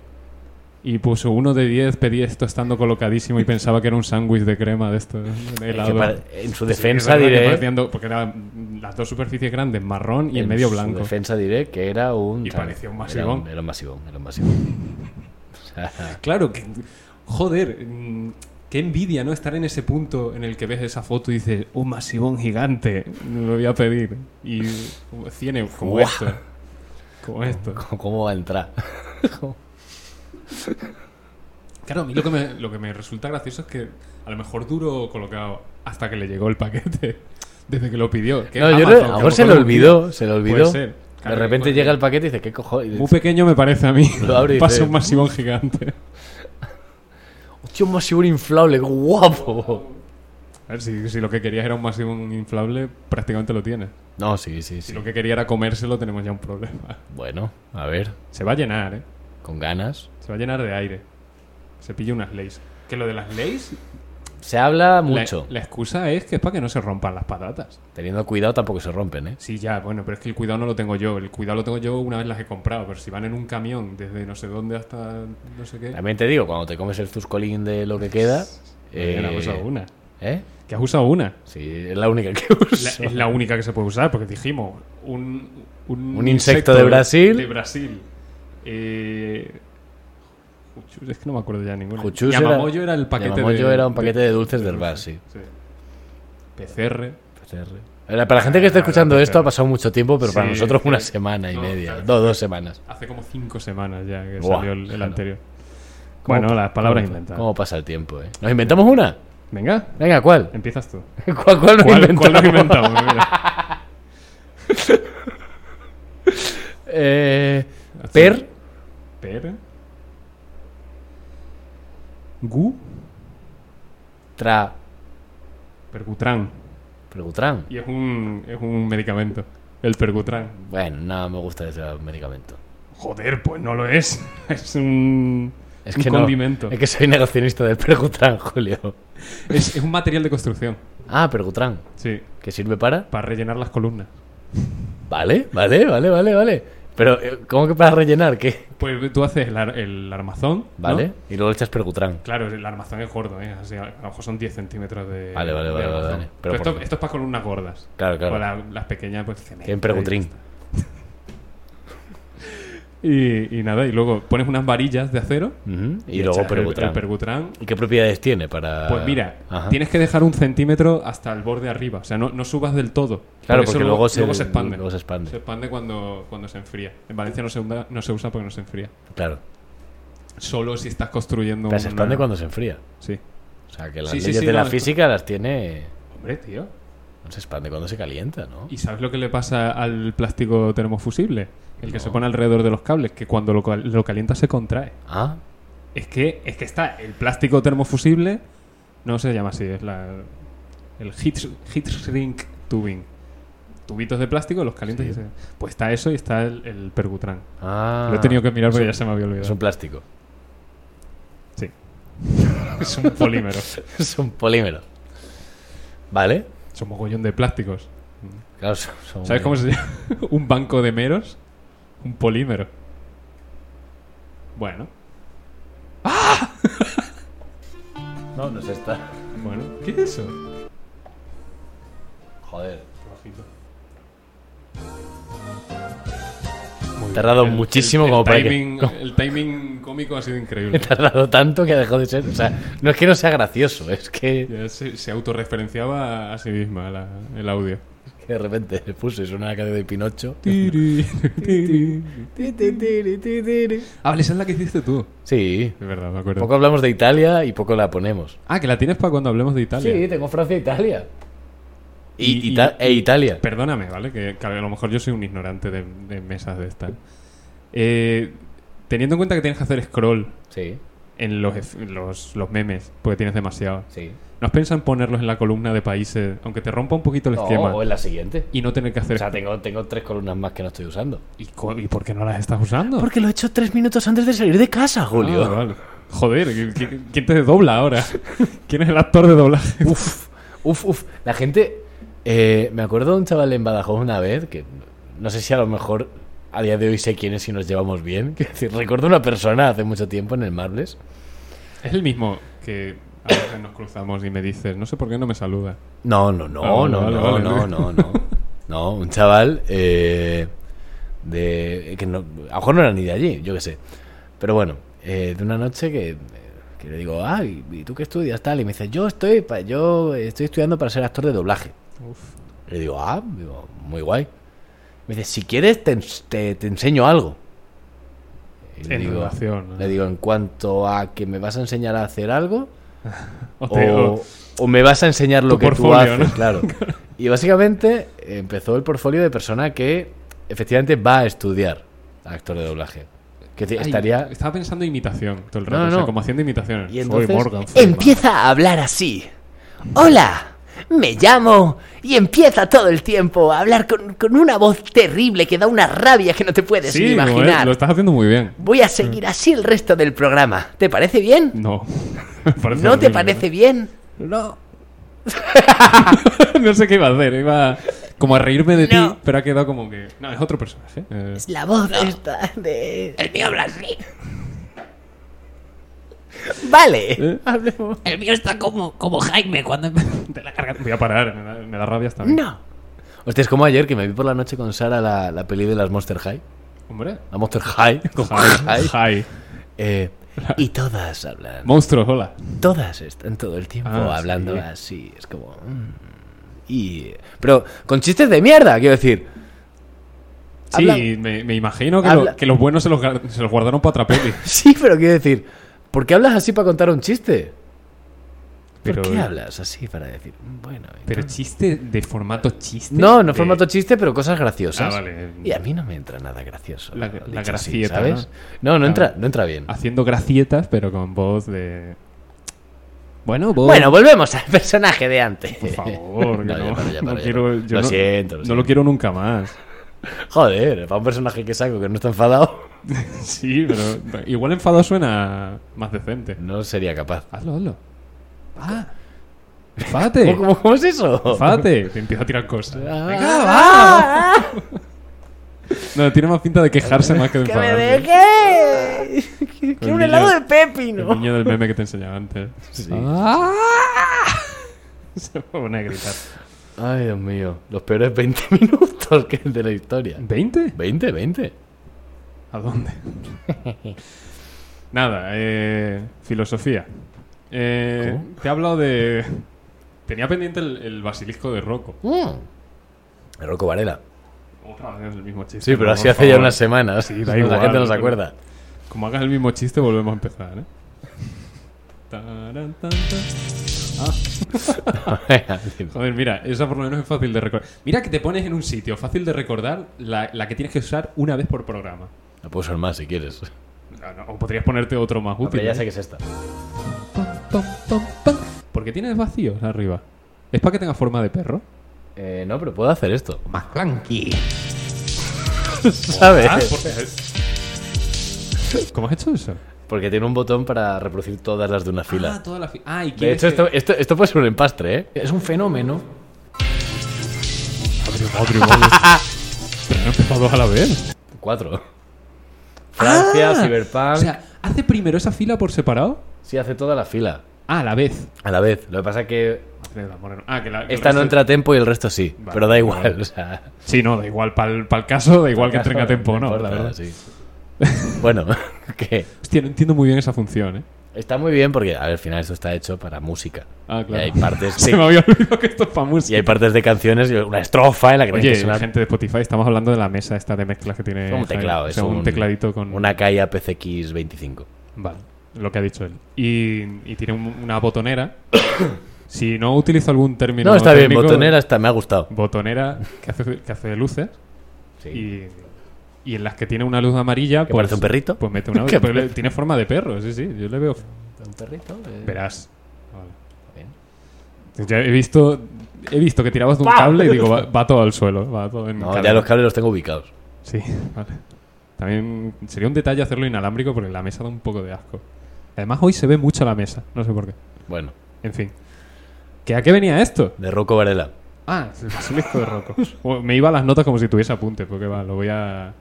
[SPEAKER 1] y puso uno de 10, pedí esto estando colocadísimo y pensaba que era un sándwich de crema de esto. De
[SPEAKER 2] Es que
[SPEAKER 1] helado.
[SPEAKER 2] para- en su
[SPEAKER 1] Sí,
[SPEAKER 2] defensa
[SPEAKER 1] es verdad que
[SPEAKER 2] diré.
[SPEAKER 1] parecían do- porque eran las dos superficies grandes, marrón y en
[SPEAKER 2] en
[SPEAKER 1] medio
[SPEAKER 2] su
[SPEAKER 1] blanco.
[SPEAKER 2] defensa diré que era un.
[SPEAKER 1] Y parecía un
[SPEAKER 2] Era
[SPEAKER 1] masivón.
[SPEAKER 2] Era un masivón, era un masivón. O sea,
[SPEAKER 1] Claro, que, joder, mm, qué envidia, ¿no? Estar en ese punto en el que ves esa foto y dices, un masivón gigante, lo voy a pedir. Y 100 euros, como
[SPEAKER 2] Guau.
[SPEAKER 1] esto. Como esto.
[SPEAKER 2] ¿Cómo va a entrar?
[SPEAKER 1] Claro, a mí lo que, me, lo que me resulta gracioso es que a lo mejor duro colocado hasta que le llegó el paquete, desde que lo pidió. Que
[SPEAKER 2] No,
[SPEAKER 1] Amazon,
[SPEAKER 2] yo creo-
[SPEAKER 1] que
[SPEAKER 2] a lo mejor se
[SPEAKER 1] lo
[SPEAKER 2] le
[SPEAKER 1] lo
[SPEAKER 2] olvidó, se le olvidó.
[SPEAKER 1] ser.
[SPEAKER 2] de
[SPEAKER 1] Claro,
[SPEAKER 2] repente
[SPEAKER 1] igual.
[SPEAKER 2] llega el paquete y dice, ¿qué cojones?
[SPEAKER 1] pidió. Muy pequeño me parece a mí.
[SPEAKER 2] Lo abre y
[SPEAKER 1] Pasa
[SPEAKER 2] dice-
[SPEAKER 1] un masivón gigante.
[SPEAKER 2] Hostia, un masivón inflable, qué guapo.
[SPEAKER 1] A ver, si, si lo que querías era un masivón inflable, prácticamente lo tienes.
[SPEAKER 2] No, sí, sí,
[SPEAKER 1] Si
[SPEAKER 2] sí.
[SPEAKER 1] lo que quería era comérselo, tenemos ya un problema.
[SPEAKER 2] Bueno, a ver,
[SPEAKER 1] Se va a llenar, ¿eh?
[SPEAKER 2] con ganas.
[SPEAKER 1] Se va a llenar de aire. Se pilla unas leyes. Que lo de las leyes,
[SPEAKER 2] Se habla
[SPEAKER 1] la-
[SPEAKER 2] mucho.
[SPEAKER 1] La, excusa es que es para que no se rompan las patatas.
[SPEAKER 2] Teniendo cuidado tampoco se rompen, ¿eh?
[SPEAKER 1] Sí, ya, bueno, pero es que el cuidado no lo tengo yo. El cuidado lo tengo yo una vez las he comprado. Pero si van en un camión desde no sé dónde hasta no sé qué.
[SPEAKER 2] También te digo, cuando te comes el zuscolín de lo que queda...
[SPEAKER 1] Oye, no has usado
[SPEAKER 2] Eh,
[SPEAKER 1] una.
[SPEAKER 2] ¿Eh?
[SPEAKER 1] Que has usado una.
[SPEAKER 2] Sí, es la única que uso.
[SPEAKER 1] La- es la única que se puede usar, porque dijimos un,
[SPEAKER 2] Un insecto de Brasil.
[SPEAKER 1] De Brasil. Eh, Juchus, es que no me acuerdo ya ninguno.
[SPEAKER 2] Juchus era-
[SPEAKER 1] Yamamoyo era, el paquete
[SPEAKER 2] Yamamoyo
[SPEAKER 1] de,
[SPEAKER 2] era un paquete de dulces del bar, sí.
[SPEAKER 1] sí. PCR.
[SPEAKER 2] Ahora, Pues Para la gente que está escuchando esto ha pasado mucho tiempo, pero para
[SPEAKER 1] Sí,
[SPEAKER 2] nosotros
[SPEAKER 1] sí.
[SPEAKER 2] una semana y
[SPEAKER 1] No,
[SPEAKER 2] media.
[SPEAKER 1] claro.
[SPEAKER 2] Dos, dos semanas.
[SPEAKER 1] Hace como cinco semanas ya que
[SPEAKER 2] Buah,
[SPEAKER 1] salió el, el
[SPEAKER 2] claro.
[SPEAKER 1] anterior.
[SPEAKER 2] ¿Cómo
[SPEAKER 1] Bueno,
[SPEAKER 2] pa-
[SPEAKER 1] las palabras
[SPEAKER 2] cómo-
[SPEAKER 1] inventadas.
[SPEAKER 2] ¿Cómo pasa el tiempo, eh? ¿Nos inventamos una?
[SPEAKER 1] Venga,
[SPEAKER 2] Venga, ¿cuál?
[SPEAKER 1] empiezas tú.
[SPEAKER 2] ¿Cuál, cuál nos
[SPEAKER 1] ¿Cuál,
[SPEAKER 2] inventamos?
[SPEAKER 1] cuál nos inventamos? Mira.
[SPEAKER 2] Eh, per,
[SPEAKER 1] Per. Gu.
[SPEAKER 2] tra,
[SPEAKER 1] Percutran.
[SPEAKER 2] pergutran.
[SPEAKER 1] Y es un, es un medicamento. El percutran.
[SPEAKER 2] Bueno, no me gusta ese medicamento.
[SPEAKER 1] Joder, pues no lo es. Es un,
[SPEAKER 2] Es
[SPEAKER 1] un
[SPEAKER 2] que no.
[SPEAKER 1] condimento.
[SPEAKER 2] Es que soy negacionista del pergutran, Julio.
[SPEAKER 1] Es, es un material de construcción.
[SPEAKER 2] Ah, pergutran.
[SPEAKER 1] Sí,
[SPEAKER 2] ¿Que sirve para?
[SPEAKER 1] para rellenar las columnas.
[SPEAKER 2] Vale, vale, vale, vale, vale. Pero, eh, ¿cómo que para rellenar? ¿Qué?
[SPEAKER 1] Pues tú haces el, ar- el armazón. ¿no?
[SPEAKER 2] Vale. Y luego le echas pergutran.
[SPEAKER 1] Claro, el armazón es gordo, ¿eh? Así, a a lo mejor son 10 centímetros de.
[SPEAKER 2] Vale, vale,
[SPEAKER 1] de
[SPEAKER 2] vale,
[SPEAKER 1] armazón.
[SPEAKER 2] vale, vale.
[SPEAKER 1] Pero
[SPEAKER 2] Pero por-
[SPEAKER 1] esto, esto es para columnas gordas.
[SPEAKER 2] Claro, claro.
[SPEAKER 1] O la- las pequeñas, pues. cemento,
[SPEAKER 2] Tienen pergutrín.
[SPEAKER 1] Y, y nada, y luego pones unas varillas de acero.
[SPEAKER 2] Ujú, Y, luego
[SPEAKER 1] echas el-
[SPEAKER 2] pergutran.
[SPEAKER 1] El percutrán.
[SPEAKER 2] ¿Y qué propiedades tiene para...?
[SPEAKER 1] Pues mira,
[SPEAKER 2] Ah, Ajá.
[SPEAKER 1] tienes que dejar un centímetro hasta el borde arriba. O sea, no, no subas del todo.
[SPEAKER 2] Claro,
[SPEAKER 1] eso
[SPEAKER 2] porque
[SPEAKER 1] luego,
[SPEAKER 2] luego se-
[SPEAKER 1] luego expande.
[SPEAKER 2] luego se expande.
[SPEAKER 1] Se expande cuando, cuando se enfría. En Valencia no se, usa, no se usa porque no se enfría.
[SPEAKER 2] Claro.
[SPEAKER 1] Solo si estás construyendo
[SPEAKER 2] Pero se
[SPEAKER 1] una-
[SPEAKER 2] expande cuando se enfría.
[SPEAKER 1] Sí.
[SPEAKER 2] O sea, que las
[SPEAKER 1] Sí, sí,
[SPEAKER 2] leyes
[SPEAKER 1] sí,
[SPEAKER 2] de
[SPEAKER 1] no,
[SPEAKER 2] la
[SPEAKER 1] esto-
[SPEAKER 2] física las tiene...
[SPEAKER 1] Hombre, tío.
[SPEAKER 2] No se expande cuando se calienta, ¿no?
[SPEAKER 1] ¿Y sabes lo que le pasa al plástico termofusible? El que se pone alrededor de los cables, que cuando lo, cal- lo calienta se contrae.
[SPEAKER 2] Ah,
[SPEAKER 1] Es que, es que está el plástico termofusible, no se llama así, es la, el heat, heat shrink tubing. Tubitos de plástico, los calientas y se- Pues está eso y está el, el percutrán.
[SPEAKER 2] ah.
[SPEAKER 1] Lo he tenido que mirar porque
[SPEAKER 2] Es un-
[SPEAKER 1] ya se me había olvidado.
[SPEAKER 2] Es un plástico.
[SPEAKER 1] Sí. es un polímero.
[SPEAKER 2] es un polímero. ¿Vale?
[SPEAKER 1] Es un mogollón de plásticos.
[SPEAKER 2] Claro, son- son-
[SPEAKER 1] ¿Sabes cómo se llama? un banco de meros, un polímero. Bueno,
[SPEAKER 2] No, no se está.
[SPEAKER 1] bueno, ¿qué es eso?
[SPEAKER 2] Joder.
[SPEAKER 1] Muy bien.
[SPEAKER 2] Tardado muchísimo como para que-
[SPEAKER 1] timing, El timing cómico ha sido
[SPEAKER 2] He
[SPEAKER 1] increíble.
[SPEAKER 2] tardado tanto que ha dejado de ser. O sea, no es que no sea gracioso, es que,
[SPEAKER 1] Ya se, se autorreferenciaba a sí misma la- el audio.
[SPEAKER 2] que de repente le puse suena la canción de Pinocho.
[SPEAKER 1] ah, vale, esa es la que hiciste tú.
[SPEAKER 2] Sí.
[SPEAKER 1] Es verdad, me acuerdo.
[SPEAKER 2] Poco hablamos de Italia y poco la ponemos.
[SPEAKER 1] Ah, que la tienes para cuando hablemos de Italia.
[SPEAKER 2] Sí, tengo Francia e Italia.
[SPEAKER 1] Y-
[SPEAKER 2] Y, Ita-
[SPEAKER 1] y-
[SPEAKER 2] e Italia.
[SPEAKER 1] Perdóname, ¿vale? Que, que a lo mejor yo soy un ignorante de, de mesas de estas. Eh, teniendo en cuenta que tienes que hacer scroll
[SPEAKER 2] Sí,
[SPEAKER 1] en los, ef- en los, los memes, porque tienes demasiado,
[SPEAKER 2] sí.
[SPEAKER 1] ¿no has pensado en ponerlos en la columna de países, aunque te rompa un poquito el
[SPEAKER 2] No,
[SPEAKER 1] esquema,
[SPEAKER 2] o en la siguiente.
[SPEAKER 1] y no tener que hacer...
[SPEAKER 2] O sea, tengo, tengo tres columnas más que no estoy usando.
[SPEAKER 1] ¿Y, co- y por qué no las estás usando?
[SPEAKER 2] Porque lo he hecho tres minutos antes de salir de casa,
[SPEAKER 1] Ah,
[SPEAKER 2] Julio.
[SPEAKER 1] vale. Joder, ¿qui- qui- ¿quién te dobla ahora? ¿Quién es el actor de doblaje?
[SPEAKER 2] Uf, uf, uf. La gente. eh, me acuerdo de un chaval en Badajoz una vez que no sé si a lo mejor a día de hoy sé quién es y nos llevamos bien. Quiero decir, recuerdo una persona hace mucho tiempo en el Marbles.
[SPEAKER 1] Es el mismo que a veces nos cruzamos y me dices, no sé por qué no me saluda.
[SPEAKER 2] No, no, no,
[SPEAKER 1] Ah, vale,
[SPEAKER 2] no,
[SPEAKER 1] vale,
[SPEAKER 2] no,
[SPEAKER 1] vale.
[SPEAKER 2] no, no, no. No, un chaval eh, de. que no, a lo mejor no era ni de allí, yo qué sé. Pero bueno, eh, de una noche que, que le digo, ah, ¿y, y tú qué estudias? Tal, y me dice, yo estoy, pa- yo estoy estudiando para ser actor de doblaje.
[SPEAKER 1] Uf.
[SPEAKER 2] Le digo, ah, digo, muy guay. Me dice, si quieres te, ens- te- te enseño algo. Y
[SPEAKER 1] En relación,
[SPEAKER 2] le digo, en cuanto a que me vas a enseñar a hacer algo,
[SPEAKER 1] O te-
[SPEAKER 2] o,
[SPEAKER 1] o-
[SPEAKER 2] o me vas a enseñar lo
[SPEAKER 1] tu
[SPEAKER 2] que tú
[SPEAKER 1] portfolio,
[SPEAKER 2] haces,
[SPEAKER 1] ¿no?
[SPEAKER 2] claro. Y básicamente empezó el portfolio de persona que efectivamente va a estudiar a actor de doblaje. Que te-
[SPEAKER 1] Ay,
[SPEAKER 2] estaría...
[SPEAKER 1] Estaba pensando imitación todo el
[SPEAKER 2] No,
[SPEAKER 1] rato,
[SPEAKER 2] no,
[SPEAKER 1] o sea,
[SPEAKER 2] no.
[SPEAKER 1] como haciendo imitaciones.
[SPEAKER 2] Y
[SPEAKER 1] Soy
[SPEAKER 2] entonces
[SPEAKER 1] Morgan Freeman.
[SPEAKER 3] Empieza a hablar así. Hola, me llamo. Y empieza todo el tiempo a hablar con, con una voz terrible que da una rabia que no te puedes
[SPEAKER 1] Sí,
[SPEAKER 3] ni
[SPEAKER 1] como es,
[SPEAKER 3] imaginar.
[SPEAKER 1] lo estás haciendo muy bien.
[SPEAKER 3] Voy a seguir así el resto del programa. ¿Te parece bien?
[SPEAKER 1] No. Me parece
[SPEAKER 3] ¿No te
[SPEAKER 1] horrible.
[SPEAKER 3] parece bien?
[SPEAKER 2] No.
[SPEAKER 1] no sé qué iba a hacer. Iba como a reírme de
[SPEAKER 3] No.
[SPEAKER 1] ti, pero ha quedado como que. No, es otro personaje. eh.
[SPEAKER 3] Es la voz esta de.
[SPEAKER 4] El mío habla así.
[SPEAKER 3] Vale.
[SPEAKER 1] Eh,
[SPEAKER 2] Hablemos.
[SPEAKER 4] El mío está como, como Jaime cuando
[SPEAKER 1] de la carga- Voy a parar, me da, me da rabia hasta a mí.
[SPEAKER 3] No.
[SPEAKER 2] Hostia, es como ayer que me vi por la noche con Sara la, la peli de las Monster High.
[SPEAKER 1] Hombre.
[SPEAKER 2] La Monster High. con
[SPEAKER 1] Hi.
[SPEAKER 2] High.
[SPEAKER 1] Hi.
[SPEAKER 2] Eh, y todas hablan.
[SPEAKER 1] Monstruos, hola.
[SPEAKER 2] Todas están todo el tiempo
[SPEAKER 1] Ah,
[SPEAKER 2] hablando
[SPEAKER 1] sí.
[SPEAKER 2] así. Es como. mm, Y. Pero con chistes de mierda, quiero decir.
[SPEAKER 1] Sí,
[SPEAKER 2] Habla-
[SPEAKER 1] me, me imagino que, lo-
[SPEAKER 2] Habla-
[SPEAKER 1] que los buenos se los, gar- se los guardaron para otra peli.
[SPEAKER 2] Sí, pero quiero decir. ¿Por qué hablas así para contar un chiste?
[SPEAKER 1] Pero,
[SPEAKER 2] ¿Por qué hablas así para decir. Bueno.
[SPEAKER 1] pero chiste de formato chiste.
[SPEAKER 2] no, no
[SPEAKER 1] de-
[SPEAKER 2] formato chiste, pero cosas graciosas.
[SPEAKER 1] Ah, vale.
[SPEAKER 2] Y a mí no me entra nada gracioso.
[SPEAKER 1] La-
[SPEAKER 2] dicho
[SPEAKER 1] la
[SPEAKER 2] así,
[SPEAKER 1] gracieta, Ah.
[SPEAKER 2] ¿Sabes? No, no entra,
[SPEAKER 1] Claro.
[SPEAKER 2] no entra bien.
[SPEAKER 1] Haciendo gracietas, pero con voz de. Bueno, vos.
[SPEAKER 3] Bueno, volvemos al personaje de antes.
[SPEAKER 1] Por favor, que
[SPEAKER 2] No, ya
[SPEAKER 1] no,
[SPEAKER 2] paro, ya
[SPEAKER 1] no
[SPEAKER 2] paro, ya
[SPEAKER 1] quiero,
[SPEAKER 2] paro.
[SPEAKER 1] yo
[SPEAKER 2] Lo
[SPEAKER 1] no-
[SPEAKER 2] siento, lo
[SPEAKER 1] no lo
[SPEAKER 2] siento.
[SPEAKER 1] quiero nunca más.
[SPEAKER 2] Joder, para un personaje que saco que no está enfadado,
[SPEAKER 1] Sí, pero igual enfado suena más decente.
[SPEAKER 2] no sería capaz.
[SPEAKER 1] Hazlo, hazlo. Ah, enfádate,
[SPEAKER 2] ¿Cómo, cómo es eso?
[SPEAKER 1] enfádate. Te empieza a tirar cosas.
[SPEAKER 2] Ah.
[SPEAKER 1] Venga, va.
[SPEAKER 3] Ah,
[SPEAKER 1] No, tiene más pinta de quejarse más que de
[SPEAKER 3] ¡Que me
[SPEAKER 1] enfadarse.
[SPEAKER 3] deje! ¡Quiero un
[SPEAKER 1] niño-
[SPEAKER 3] helado de
[SPEAKER 1] El
[SPEAKER 3] pepino!
[SPEAKER 1] niño del meme que te enseñaba antes.
[SPEAKER 2] Sí.
[SPEAKER 1] Ah. Se pone a gritar.
[SPEAKER 2] Ay, Dios mío. Los peores 20 minutos que de la historia.
[SPEAKER 1] ¿20?
[SPEAKER 2] 20, 20.
[SPEAKER 1] ¿A dónde? Nada, eh, filosofía. Eh,
[SPEAKER 2] ¿Cómo?
[SPEAKER 1] Te he hablado de... Tenía pendiente el, el basilisco de Rocco.
[SPEAKER 2] El Rocco Varela.
[SPEAKER 1] Otra vez el mismo chiste.
[SPEAKER 2] Sí, pero
[SPEAKER 1] por
[SPEAKER 2] así hace ya
[SPEAKER 1] favor.
[SPEAKER 2] unas semanas.
[SPEAKER 1] Sí, da
[SPEAKER 2] la
[SPEAKER 1] igual,
[SPEAKER 2] gente no se
[SPEAKER 1] pero-
[SPEAKER 2] acuerda.
[SPEAKER 1] Como hagas el mismo chiste, volvemos a empezar, ¿eh? Tarán, tan, tan. Joder, mira, esa por lo menos es fácil de recordar. Mira que te pones en un sitio fácil de recordar la, la que tienes que usar una vez por programa.
[SPEAKER 2] La puedo usar más si quieres.
[SPEAKER 1] No, no, o podrías ponerte otro más útil.
[SPEAKER 2] Pero ya
[SPEAKER 1] ¿eh?
[SPEAKER 2] sé que es esta.
[SPEAKER 1] Porque tienes vacíos arriba. ¿Es para que tenga forma de perro?
[SPEAKER 2] Eh, no, pero puedo hacer esto.
[SPEAKER 4] más clanky.
[SPEAKER 1] Ah,
[SPEAKER 2] ¿Sabes?
[SPEAKER 1] porque- ¿Cómo has hecho eso?
[SPEAKER 2] Porque tiene un botón para reproducir todas las de una
[SPEAKER 1] Ah,
[SPEAKER 2] fila.
[SPEAKER 1] toda la fi- Ah, ¿y
[SPEAKER 2] De
[SPEAKER 1] quién
[SPEAKER 2] hecho,
[SPEAKER 1] es
[SPEAKER 2] esto, esto, esto puede ser un empastre, ¿eh? Es un fenómeno.
[SPEAKER 1] que- Abre un Otro igual. Pero han empezado dos a la vez.
[SPEAKER 2] Cuatro. Francia, Cyberpunk.
[SPEAKER 1] Ah. O sea, ¿hace primero esa fila por separado?
[SPEAKER 2] sí, hace toda la fila.
[SPEAKER 1] Ah, a la vez.
[SPEAKER 2] A la vez. Lo que pasa es que
[SPEAKER 1] Ah, que la- que el
[SPEAKER 2] esta no
[SPEAKER 1] resto-
[SPEAKER 2] entra a tiempo y el resto sí.
[SPEAKER 1] Vale,
[SPEAKER 2] pero da igual.
[SPEAKER 1] vale.
[SPEAKER 2] O sea,
[SPEAKER 1] Sí, no, da igual para el, caso, da igual que
[SPEAKER 2] caso,
[SPEAKER 1] entrega a tiempo o no, la
[SPEAKER 2] importa,
[SPEAKER 1] verdad.
[SPEAKER 2] sí. bueno, que
[SPEAKER 1] Hostia, no entiendo muy bien esa función, ¿eh?
[SPEAKER 2] está muy bien porque al final esto está hecho para música.
[SPEAKER 1] Ah, claro.
[SPEAKER 2] Y hay partes
[SPEAKER 1] Se me
[SPEAKER 2] de,
[SPEAKER 1] había olvidado que esto es para
[SPEAKER 2] y
[SPEAKER 1] música.
[SPEAKER 2] hay partes de canciones y una estrofa en la que
[SPEAKER 1] Oye,
[SPEAKER 2] tienes que
[SPEAKER 1] la
[SPEAKER 2] sonar
[SPEAKER 1] gente de Spotify, estamos hablando de la mesa esta de mezclas que tiene.
[SPEAKER 2] Es un
[SPEAKER 1] Jaime.
[SPEAKER 2] teclado,
[SPEAKER 1] O
[SPEAKER 2] es
[SPEAKER 1] sea, un,
[SPEAKER 2] un-
[SPEAKER 1] tecladito con.
[SPEAKER 2] una calle PCX 25.
[SPEAKER 1] Vale, lo que ha dicho él. Y, y tiene un- una botonera. si no utilizo algún término.
[SPEAKER 2] No, está bien,
[SPEAKER 1] técnico,
[SPEAKER 2] botonera está, me ha gustado.
[SPEAKER 1] Botonera que hace, que hace de luces.
[SPEAKER 2] Sí.
[SPEAKER 1] Y, y en las que tiene una luz amarilla.
[SPEAKER 2] Que
[SPEAKER 1] pues,
[SPEAKER 2] parece un perrito.
[SPEAKER 1] Pues mete una.
[SPEAKER 2] Que
[SPEAKER 1] pero le- tiene forma de perro, sí, sí. Yo le veo.
[SPEAKER 2] Un perrito.
[SPEAKER 1] Verás. Vale.
[SPEAKER 2] bien.
[SPEAKER 1] Ya he visto, he visto que tirabas de un cable y digo, va, va todo al suelo. Va todo en
[SPEAKER 2] No,
[SPEAKER 1] cadena.
[SPEAKER 2] ya los cables los tengo ubicados.
[SPEAKER 1] Sí, vale. También sería un detalle hacerlo inalámbrico porque la mesa da un poco de asco. Además, hoy se ve mucho la mesa, no sé por qué.
[SPEAKER 2] Bueno,
[SPEAKER 1] En fin. ¿Que ¿A qué venía esto?
[SPEAKER 2] de Rocco Varela.
[SPEAKER 1] Ah, el basilisco de Rocco. O- Me iba a las notas como si tuviese apunte, porque va, lo voy a,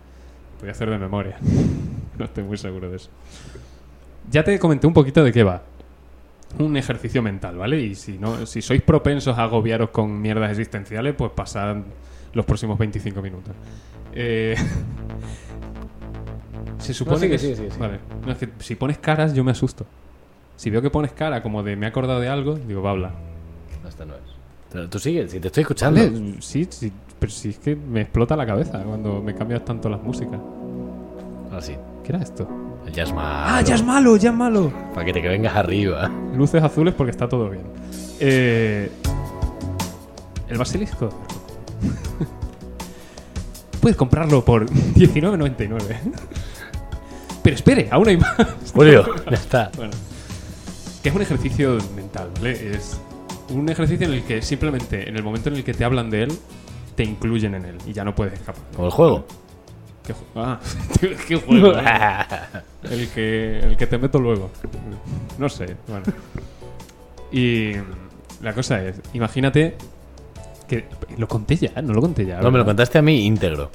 [SPEAKER 1] voy a hacer de memoria. No estoy muy seguro de eso. Ya te comenté un poquito de qué va. Un ejercicio mental, ¿vale? Y si, no, si sois propensos a agobiaros con mierdas existenciales, pues pasad los próximos 25 minutos. Eh, se supone
[SPEAKER 2] sigue,
[SPEAKER 1] que...
[SPEAKER 2] sigue,
[SPEAKER 1] es-
[SPEAKER 2] sigue, sigue.
[SPEAKER 1] Vale. No, es que si pones caras yo me asusto. Si veo que pones cara como de me he acordado de algo, digo, va a hablar.
[SPEAKER 2] No, esta no es. Pero tú sigues, si te estoy escuchando.
[SPEAKER 1] Vale, sí, sí, pero si es que me explota la cabeza cuando me cambias tanto las músicas.
[SPEAKER 2] Ahora Ah, sí.
[SPEAKER 1] ¿Qué era esto?
[SPEAKER 2] El jazz malo.
[SPEAKER 1] ¡Ah, ya es malo, ya es malo!
[SPEAKER 2] Para que te que vengas arriba.
[SPEAKER 1] Luces azules porque está todo bien. Eh, el basilisco. Puedes comprarlo por 19.99. Pero espere, aún hay más.
[SPEAKER 2] Julio, ya está.
[SPEAKER 1] Bueno, que es un ejercicio mental, ¿vale? Es un ejercicio en el que simplemente en el momento en el que te hablan de él, te incluyen en él y ya no puedes escapar.
[SPEAKER 2] Como el juego.
[SPEAKER 1] ¿Qué, ju- ah, qué juego? eh? El que, el que te meto luego. No sé, bueno. Y la cosa es, imagínate que... Lo conté ya, no lo conté ya.
[SPEAKER 2] No, me lo
[SPEAKER 1] ¿verdad?
[SPEAKER 2] contaste a mí íntegro.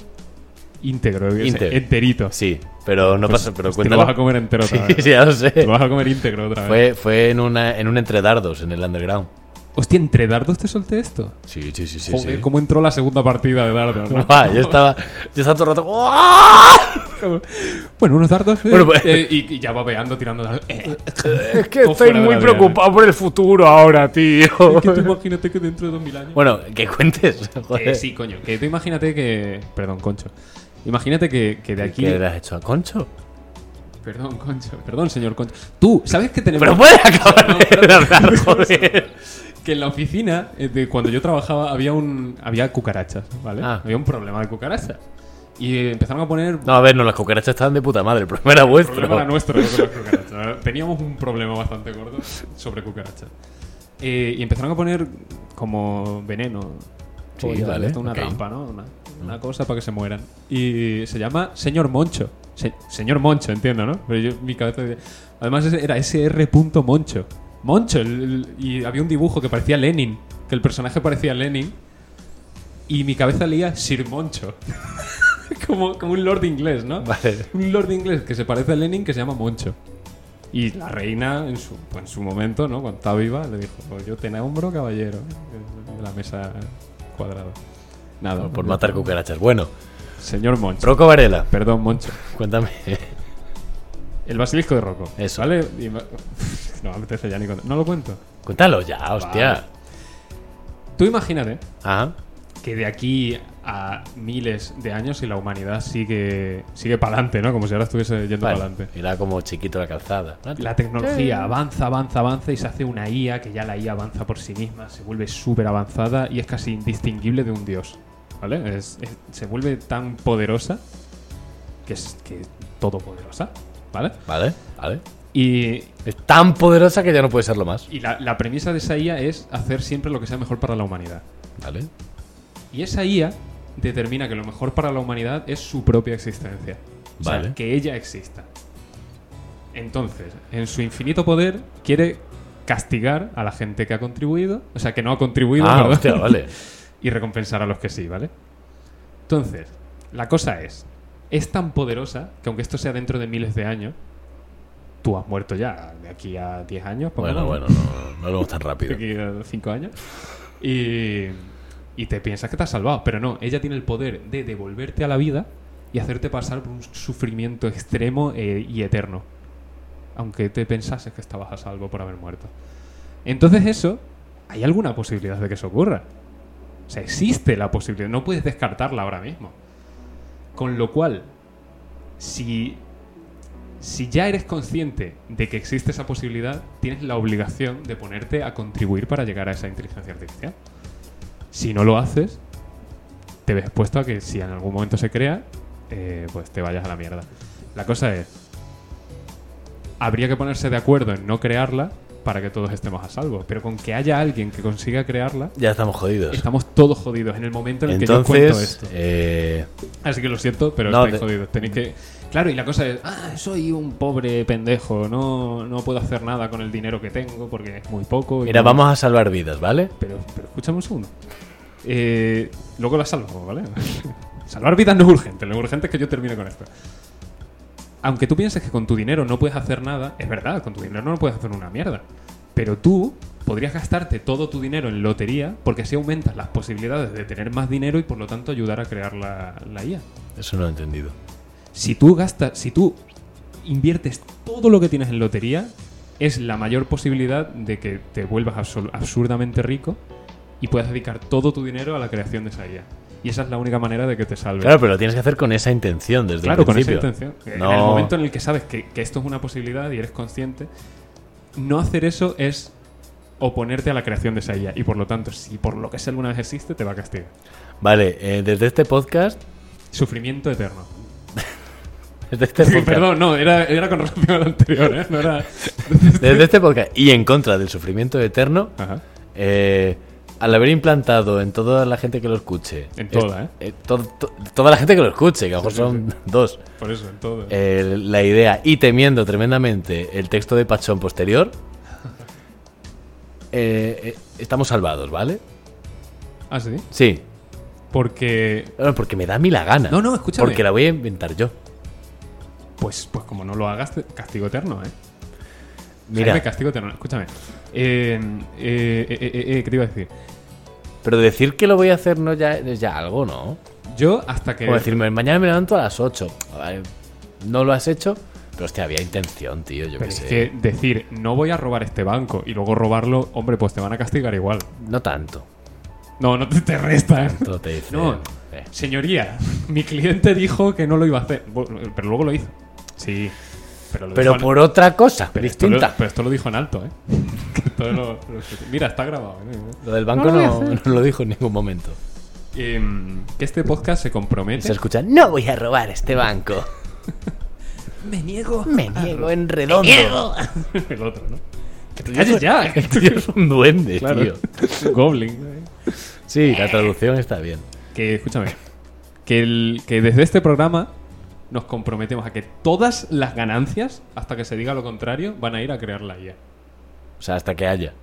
[SPEAKER 1] Íntegro, o sea,
[SPEAKER 2] Íntegro.
[SPEAKER 1] enterito.
[SPEAKER 2] Sí, pero no pasa, pero
[SPEAKER 1] Pues te lo vas a
[SPEAKER 2] cuéntalo.
[SPEAKER 1] comer entero otra
[SPEAKER 2] Sí,
[SPEAKER 1] vez.
[SPEAKER 2] sí, ya lo sé.
[SPEAKER 1] Te lo vas a comer íntegro otra vez.
[SPEAKER 2] Fue, fue en, una, en un entredardos en el underground.
[SPEAKER 1] Hostia, ¿entre dardos te solté esto?
[SPEAKER 2] Sí, sí, sí, sí.
[SPEAKER 1] Joder,
[SPEAKER 2] sí.
[SPEAKER 1] ¿cómo entró la segunda partida de dardos? no?
[SPEAKER 2] Guau, yo estaba. Yo estaba todo el rato. ¡Uah!
[SPEAKER 1] bueno, unos dardos... eh,
[SPEAKER 2] Bueno, pues-
[SPEAKER 1] eh, y, y ya babeando, tirando dardos. Eh,
[SPEAKER 2] Es que
[SPEAKER 1] Todo fuera de la diana.
[SPEAKER 2] por el futuro ahora, tío.
[SPEAKER 1] es que tú imagínate que dentro de 2000 años...
[SPEAKER 2] Bueno, que cuentes. Joder.
[SPEAKER 1] Eh, sí, coño. Que tú imagínate que. Perdón, Concho. Imagínate que, que de aquí.
[SPEAKER 2] ¿Qué le has hecho a Concho?
[SPEAKER 1] Perdón, Concho. Perdón, señor Concho. Tú, ¿sabes que tenemos.
[SPEAKER 2] Pero puedes acabar de hablar, joder.
[SPEAKER 1] Que en la oficina, eh, de cuando yo trabajaba, había un había cucarachas, ¿vale?
[SPEAKER 2] Ah.
[SPEAKER 1] Había un problema de cucarachas. Y eh, empezaron a poner.
[SPEAKER 2] No, a ver, no, las cucarachas estaban de puta madre. El problema era
[SPEAKER 1] El problema era
[SPEAKER 2] vuestro.
[SPEAKER 1] nuestro no con las cucarachas. Teníamos un problema bastante gordo sobre cucarachas. Eh, y empezaron a poner como veneno.
[SPEAKER 2] Sí,
[SPEAKER 1] Oye,
[SPEAKER 2] vale,
[SPEAKER 1] esto es una
[SPEAKER 2] ok. Mm.
[SPEAKER 1] trampa, ¿no? Una, una cosa para que se mueran. Y se llama Señor Moncho. Se- señor Moncho, entiendo, ¿no? Pero yo mi cabeza. dice- Además ese era SR. Moncho. Moncho. el- el- y había un dibujo que parecía Lenin. Que el personaje parecía Lenin. Y mi cabeza leía Sir Moncho. como, como un lord inglés, ¿no?
[SPEAKER 2] Vale.
[SPEAKER 1] Un lord inglés que se parece a Lenin que se llama Moncho. Y la reina, en su, pues, en su momento, ¿no? Cuando estaba viva, le dijo, "Pues yo te nombro caballero. ¿eh? De la mesa cuadrada. Nada,
[SPEAKER 2] Por matar cucarachas. Bueno,
[SPEAKER 1] Señor Moncho.
[SPEAKER 2] Rocco Varela,
[SPEAKER 1] Perdón, Moncho.
[SPEAKER 2] cuéntame.
[SPEAKER 1] El basilisco de Rocco.
[SPEAKER 2] Eso.
[SPEAKER 1] ¿Vale? Y ma- no me apetece ya ni contar. No lo cuento.
[SPEAKER 2] Cuéntalo ya, hostia.
[SPEAKER 1] Tú imagínate
[SPEAKER 2] Ajá.
[SPEAKER 1] que de aquí a miles de años y la humanidad sigue sigue para adelante, ¿no? Como si ahora estuviese yendo para
[SPEAKER 2] Vale.
[SPEAKER 1] adelante.
[SPEAKER 2] Era como chiquito la calzada.
[SPEAKER 1] La tecnología avanza, avanza, avanza y se hace una IA que ya la IA avanza por sí misma, se vuelve súper avanzada y es casi indistinguible de un dios. ¿Vale? Es- es- se vuelve tan poderosa que es que es todopoderosa. ¿Vale?
[SPEAKER 2] Vale, vale.
[SPEAKER 1] Y,
[SPEAKER 2] Es tan poderosa que ya no puede serlo más.
[SPEAKER 1] y la, la premisa de esa IA es hacer siempre lo que sea mejor para la humanidad.
[SPEAKER 2] Vale.
[SPEAKER 1] Y esa IA determina que lo mejor para la humanidad es su propia existencia. O sea,
[SPEAKER 2] Vale.
[SPEAKER 1] que ella exista. Entonces, en su infinito poder, quiere castigar a la gente que ha contribuido, o sea, que no ha contribuido,
[SPEAKER 2] Ah,
[SPEAKER 1] perdón,
[SPEAKER 2] hostia, vale.
[SPEAKER 1] y recompensar a los que sí, ¿vale? Entonces, la cosa es, es tan poderosa que aunque esto sea dentro de miles de años, tú has muerto ya de aquí a 10 años.
[SPEAKER 2] Bueno,
[SPEAKER 1] pongamos,
[SPEAKER 2] bueno, no, no lo vamos tan
[SPEAKER 1] de
[SPEAKER 2] rápido.
[SPEAKER 1] aquí a 5 años. Y, y te piensas que te has salvado, pero no, ella tiene el poder de devolverte a la vida y hacerte pasar por un sufrimiento extremo eh, y eterno. Aunque te pensases que estabas a salvo por haber muerto. Entonces eso, ¿hay alguna posibilidad de que eso ocurra? O sea, existe la posibilidad, no puedes descartarla ahora mismo. Con lo cual, si, si ya eres consciente de que existe esa posibilidad, tienes la obligación de ponerte a contribuir para llegar a esa inteligencia artificial. Si no lo haces, te ves expuesto a que si en algún momento se crea, eh, pues te vayas a la mierda. La cosa es, habría que ponerse de acuerdo en no crearla para que todos estemos a salvo. Pero con que haya alguien que consiga crearla,
[SPEAKER 2] Ya estamos jodidos.
[SPEAKER 1] estamos todos jodidos en el momento en el que yo cuento
[SPEAKER 2] Entonces,
[SPEAKER 1] esto.
[SPEAKER 2] eh,
[SPEAKER 1] Así Ah, que lo siento, pero
[SPEAKER 2] No,
[SPEAKER 1] estáis
[SPEAKER 2] de-
[SPEAKER 1] jodidos. Tenéis que. Mm. Claro, y la cosa es, ah, soy un pobre pendejo, no, no puedo hacer nada con el dinero que tengo porque es muy poco. y
[SPEAKER 2] mira,
[SPEAKER 1] no-
[SPEAKER 2] vamos a salvar vidas, ¿vale?
[SPEAKER 1] Pero, pero escúchame un segundo. Eh, luego la salvo, ¿vale? Salvar vidas no es urgente, lo urgente es que yo termine con esto. Aunque tú pienses que con tu dinero no puedes hacer nada, es verdad, con tu dinero no puedes hacer una mierda. Pero tú podrías gastarte todo tu dinero en lotería porque así aumentas las posibilidades de tener más dinero y por lo tanto ayudar a crear la, la IA.
[SPEAKER 2] Eso no lo he entendido.
[SPEAKER 1] Si tú gastas, si tú inviertes todo lo que tienes en lotería, es la mayor posibilidad de que te vuelvas absol- absurdamente rico y puedas dedicar todo tu dinero a la creación de esa guía. Y esa es la única manera de que te salve.
[SPEAKER 2] Claro, pero lo tienes que hacer con esa intención desde
[SPEAKER 1] Claro,
[SPEAKER 2] el
[SPEAKER 1] con esa
[SPEAKER 2] principio.
[SPEAKER 1] intención. Eh,
[SPEAKER 2] No.
[SPEAKER 1] En el momento en el que sabes que, que esto es una posibilidad y eres consciente, no hacer eso es oponerte a la creación de esa guía. Y por lo tanto, si por lo que sea alguna vez existe, te va a castigar.
[SPEAKER 2] Vale, eh, desde este podcast.
[SPEAKER 1] Sufrimiento eterno.
[SPEAKER 2] Desde este podcast.
[SPEAKER 1] Perdón, no, era, era con relación al anterior, ¿eh? No era...
[SPEAKER 2] Desde este podcast y en contra del sufrimiento eterno,
[SPEAKER 1] Ajá.
[SPEAKER 2] eh, al haber implantado en toda la gente que lo escuche.
[SPEAKER 1] En toda,
[SPEAKER 2] es- eh, to- to- toda la gente que lo escuche, que a lo mejor
[SPEAKER 1] Sí, sí,
[SPEAKER 2] son dos.
[SPEAKER 1] Por eso, en todo.
[SPEAKER 2] eh, la idea y temiendo tremendamente el texto de Pachón posterior, eh, eh, estamos salvados, ¿vale?
[SPEAKER 1] ah, sí.
[SPEAKER 2] Sí.
[SPEAKER 1] Porque.
[SPEAKER 2] Bueno, porque me da a mí la gana.
[SPEAKER 1] No, no, escúchame.
[SPEAKER 2] Porque la voy a inventar yo.
[SPEAKER 1] Pues, pues como no lo hagas, te- castigo eterno, ¿eh?
[SPEAKER 2] Mira,
[SPEAKER 1] Jaime, castigo eterno. Escúchame. Eh, eh, eh, eh, eh, eh, ¿Qué te iba a decir?
[SPEAKER 2] pero decir que lo voy a hacer no ya es ya algo, ¿no?
[SPEAKER 1] Yo, hasta que.
[SPEAKER 2] Como decirme, mañana me levanto a las 8. Vale, No lo has hecho, pero hostia, había intención, tío, yo
[SPEAKER 1] Pero
[SPEAKER 2] qué
[SPEAKER 1] es
[SPEAKER 2] sé.
[SPEAKER 1] que decir, no voy a robar este banco y luego robarlo, hombre, pues te van a castigar igual.
[SPEAKER 2] No tanto.
[SPEAKER 1] No, no te, te resta, ¿eh?
[SPEAKER 2] Todo te dice,
[SPEAKER 1] No.
[SPEAKER 2] eh,
[SPEAKER 1] Señoría, mi cliente dijo que no lo iba a hacer. Bueno, Pero luego lo hizo. Sí. Pero, lo
[SPEAKER 2] Pero
[SPEAKER 1] dijo en-
[SPEAKER 2] por otra cosa,
[SPEAKER 1] pero esto lo-
[SPEAKER 2] distinta.
[SPEAKER 1] pero esto lo dijo en alto, ¿eh? Todo lo- lo- mira, está grabado. ¿eh?
[SPEAKER 2] Lo del banco
[SPEAKER 4] No lo voy a
[SPEAKER 2] no, no lo dijo en ningún momento.
[SPEAKER 1] Em, que este podcast se compromete.
[SPEAKER 2] Se escucha,
[SPEAKER 3] No voy a robar este banco.
[SPEAKER 4] Me niego.
[SPEAKER 3] Me
[SPEAKER 4] a-
[SPEAKER 3] niego en redondo.
[SPEAKER 4] Niego.
[SPEAKER 1] el otro, ¿no? Que te
[SPEAKER 2] calles
[SPEAKER 1] ya.
[SPEAKER 2] Esto es un duende, tío.
[SPEAKER 1] Goblin.
[SPEAKER 2] Sí, la traducción está bien.
[SPEAKER 1] Que, escúchame. Que, el, que desde este programa nos comprometemos a que todas las ganancias, hasta que se diga lo contrario, van a ir a crear la IA.
[SPEAKER 2] O sea, hasta que haya.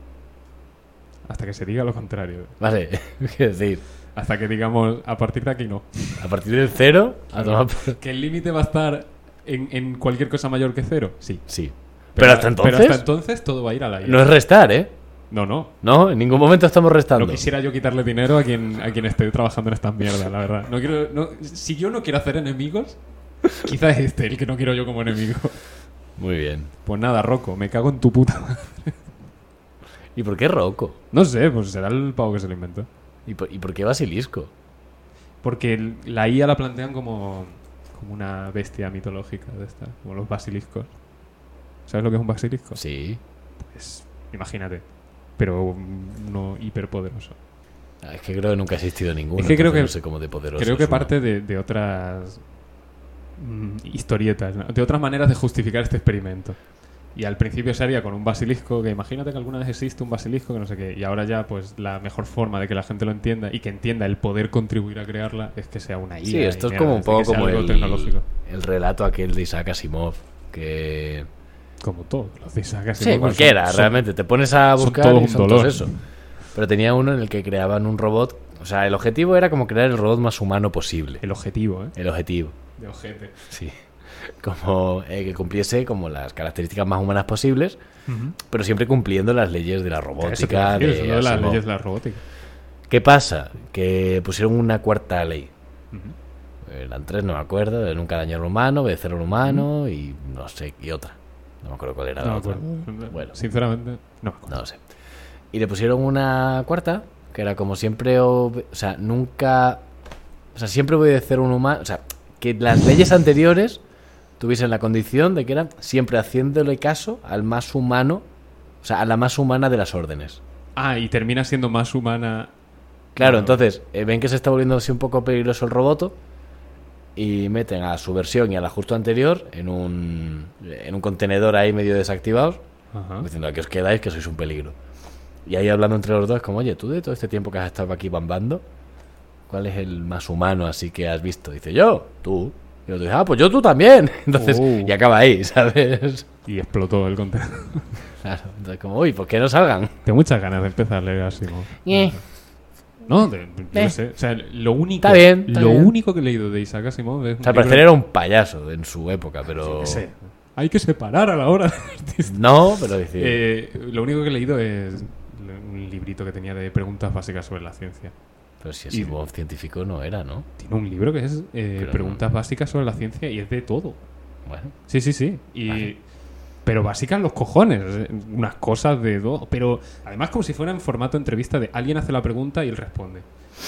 [SPEAKER 1] Hasta que se diga lo contrario.
[SPEAKER 2] Vale, quiero decir,
[SPEAKER 1] Hasta que digamos, a partir de aquí no.
[SPEAKER 2] a partir del cero, a tomar por-
[SPEAKER 1] Que el límite va a estar en, en cualquier cosa mayor que cero. Sí.
[SPEAKER 2] Sí. Pero, hasta entonces,
[SPEAKER 1] Pero hasta entonces todo va a ir a la IA.
[SPEAKER 2] no es restar, ¿eh?
[SPEAKER 1] no. no.
[SPEAKER 2] No, en ningún momento estamos restando.
[SPEAKER 1] No quisiera yo quitarle dinero a quien, a quien esté trabajando en estas mierdas, la verdad. No quiero, no- si yo no quiero hacer enemigos, quizás es este el que no quiero yo como enemigo.
[SPEAKER 2] Muy bien.
[SPEAKER 1] Pues nada, Rocco, me cago en tu puta madre.
[SPEAKER 2] ¿Y por qué Rocco?
[SPEAKER 1] No sé, pues será el pavo que se lo inventó.
[SPEAKER 2] ¿Y por, y por qué Basilisco?
[SPEAKER 1] Porque el- la IA la plantean como, como una bestia mitológica de esta, como los basiliscos. ¿Sabes lo que es un basilisco?
[SPEAKER 2] Sí.
[SPEAKER 1] Pues, imagínate, pero uno hiperpoderoso.
[SPEAKER 2] Ah, Es que creo que nunca ha existido ninguno.
[SPEAKER 1] Es que creo
[SPEAKER 2] entonces
[SPEAKER 1] que-
[SPEAKER 2] No sé cómo de poderoso.
[SPEAKER 1] Creo que
[SPEAKER 2] es uno.
[SPEAKER 1] parte de, de otras mm, historietas, ¿no? de otras maneras de justificar este experimento. Y al principio se haría con un basilisco, que imagínate que alguna vez existe un basilisco, que no sé qué, y ahora ya pues la mejor forma de que la gente lo entienda y que entienda el poder contribuir a crearla es que sea una IA.
[SPEAKER 2] Sí, esto
[SPEAKER 1] y
[SPEAKER 2] es como un
[SPEAKER 1] mierdas, y
[SPEAKER 2] poco
[SPEAKER 1] que sea
[SPEAKER 2] como
[SPEAKER 1] algo
[SPEAKER 2] el,
[SPEAKER 1] tecnológico.
[SPEAKER 2] el relato aquel de Isaac Asimov. Que.
[SPEAKER 1] Como todo, los de Isaac Asimov,
[SPEAKER 2] Sí,
[SPEAKER 1] son-
[SPEAKER 2] cualquiera,
[SPEAKER 1] pues, son-
[SPEAKER 2] realmente. Te pones a
[SPEAKER 1] son
[SPEAKER 2] buscar
[SPEAKER 1] todo
[SPEAKER 2] y
[SPEAKER 1] un
[SPEAKER 2] son todos
[SPEAKER 1] dolor.
[SPEAKER 2] eso. Pero tenía uno en el que creaban un robot O sea, el objetivo era como crear el robot más humano posible.
[SPEAKER 1] El objetivo, ¿eh?
[SPEAKER 2] El objetivo,
[SPEAKER 1] De ojete.
[SPEAKER 2] sí. Como eh, que cumpliese como las características más humanas posibles, pero siempre cumpliendo las leyes de la
[SPEAKER 1] Eso te iba
[SPEAKER 2] robótica.
[SPEAKER 1] a decir, eso es
[SPEAKER 2] de
[SPEAKER 1] lo de las
[SPEAKER 2] Asimov.
[SPEAKER 1] leyes de la robótica.
[SPEAKER 2] ¿Qué pasa? Que pusieron una cuarta ley. Eran tres, no me acuerdo. de nunca dañar al humano, obedecer al humano y no sé, y otra. No me acuerdo cuál era
[SPEAKER 1] No
[SPEAKER 2] la
[SPEAKER 1] me
[SPEAKER 2] otra. Mm,
[SPEAKER 1] acuerdo.
[SPEAKER 2] Bueno.
[SPEAKER 1] Sinceramente, no me acuerdo.
[SPEAKER 2] No lo sé. Y le pusieron una cuarta, que era como siempre, ob- o sea, nunca, o sea, siempre obedecer a un humano, o sea, que las leyes anteriores tuviesen la condición de que eran siempre haciéndole caso al más humano, o sea, a la más humana de las órdenes.
[SPEAKER 1] Ah, y termina siendo más humana.
[SPEAKER 2] Claro,
[SPEAKER 1] Claro.
[SPEAKER 2] entonces eh, ven que se está volviendo así un poco peligroso el roboto y meten a su versión y a la justo anterior en un, en un contenedor ahí medio desactivados,
[SPEAKER 1] Ajá.
[SPEAKER 2] diciendo aquí os quedáis que sois un peligro. Y ahí hablando entre los dos, como, oye, tú de todo este tiempo que has estado aquí bambando, ¿cuál es el más humano así que has visto? Dice, yo, tú. Y el otro dice, ah, pues yo tú también. Entonces,
[SPEAKER 1] Oh.
[SPEAKER 2] y acaba ahí, ¿sabes?
[SPEAKER 1] Y explotó el contenido.
[SPEAKER 2] Claro, entonces como, uy, ¿por qué no salgan?
[SPEAKER 1] Tengo muchas ganas de empezar a leer Asimov.
[SPEAKER 3] Eh.
[SPEAKER 1] No, de- yo
[SPEAKER 2] Eh.
[SPEAKER 1] no sé. O sea, lo único,
[SPEAKER 2] Está bien, está
[SPEAKER 1] lo
[SPEAKER 2] bien.
[SPEAKER 1] único que he leído de Isaac Asimov es.
[SPEAKER 2] O sea,
[SPEAKER 1] un libro-
[SPEAKER 2] al parecer era un payaso en su época, pero...
[SPEAKER 1] Hay que separar a la hora del artista.
[SPEAKER 2] No, pero dice...
[SPEAKER 1] Eh, lo único que he leído es un librito que tenía de preguntas básicas sobre la ciencia.
[SPEAKER 2] Pero
[SPEAKER 1] Y-
[SPEAKER 2] si Asimov científico no era, ¿no?
[SPEAKER 1] Tiene un libro que es eh,
[SPEAKER 2] Pero no.
[SPEAKER 1] preguntas básicas sobre la ciencia y es de todo.
[SPEAKER 2] Bueno,
[SPEAKER 1] Sí, sí, sí. Y,
[SPEAKER 2] Vale.
[SPEAKER 1] Pero básicas los cojones. eh, Unas cosas de dos. Pero además, como si fuera en formato entrevista de alguien hace la pregunta y él responde.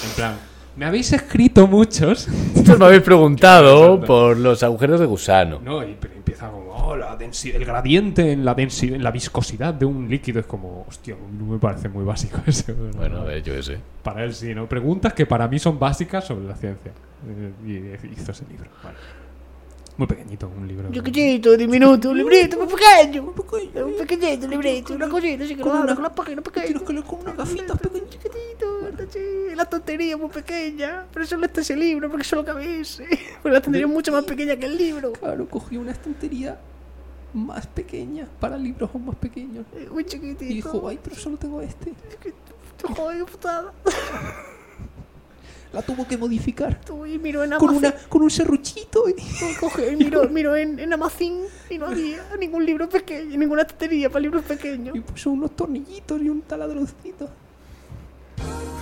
[SPEAKER 1] En plan, me habéis escrito muchos.
[SPEAKER 2] Vosotros me habéis preguntado
[SPEAKER 1] Exacto.
[SPEAKER 2] por los agujeros de gusano.
[SPEAKER 1] No, y pero empieza como, oh, la densi- el gradiente en la, densi- en la viscosidad de un líquido. Es como, hostia, no me parece muy básico eso. ¿verdad?
[SPEAKER 2] Bueno, a ver, yo qué sé.
[SPEAKER 1] Para él sí, ¿no? Preguntas que para mí son básicas sobre la ciencia. Eh, Y hizo ese libro. Vale. Muy pequeñito, un libro.
[SPEAKER 3] Yo chiquito, diminuto, un librito, muy pequeño. Un pequeñito librito, una cosita, así que lo
[SPEAKER 4] Con
[SPEAKER 3] abro
[SPEAKER 4] una-
[SPEAKER 3] con las páginas
[SPEAKER 4] Tienes
[SPEAKER 3] pequeñas.
[SPEAKER 4] que leer con unas gafitas pequeñitas.
[SPEAKER 3] Chiquitito, ¿verdad? Sí, La tontería muy pequeña, pero solo está ese libro porque solo cabe ese. Pero la tontería es mucho más pequeña que el libro.
[SPEAKER 4] Claro, cogí una estantería más pequeña para libros aún más pequeños.
[SPEAKER 3] Eh, Muy
[SPEAKER 4] Y dijo,
[SPEAKER 3] chiquitito.
[SPEAKER 4] ay, pero solo tengo este.
[SPEAKER 3] Joder, qué putada.
[SPEAKER 4] La tuvo que modificar.
[SPEAKER 3] Tú, Y miro en
[SPEAKER 4] Con, una,
[SPEAKER 3] Amazon.
[SPEAKER 4] con un serruchito. y-
[SPEAKER 3] Coge, miro, miro en, en Amazon y no había ningún libro pequeño, ninguna tontería para libros pequeños.
[SPEAKER 4] Y puso unos tornillitos y un taladrocito.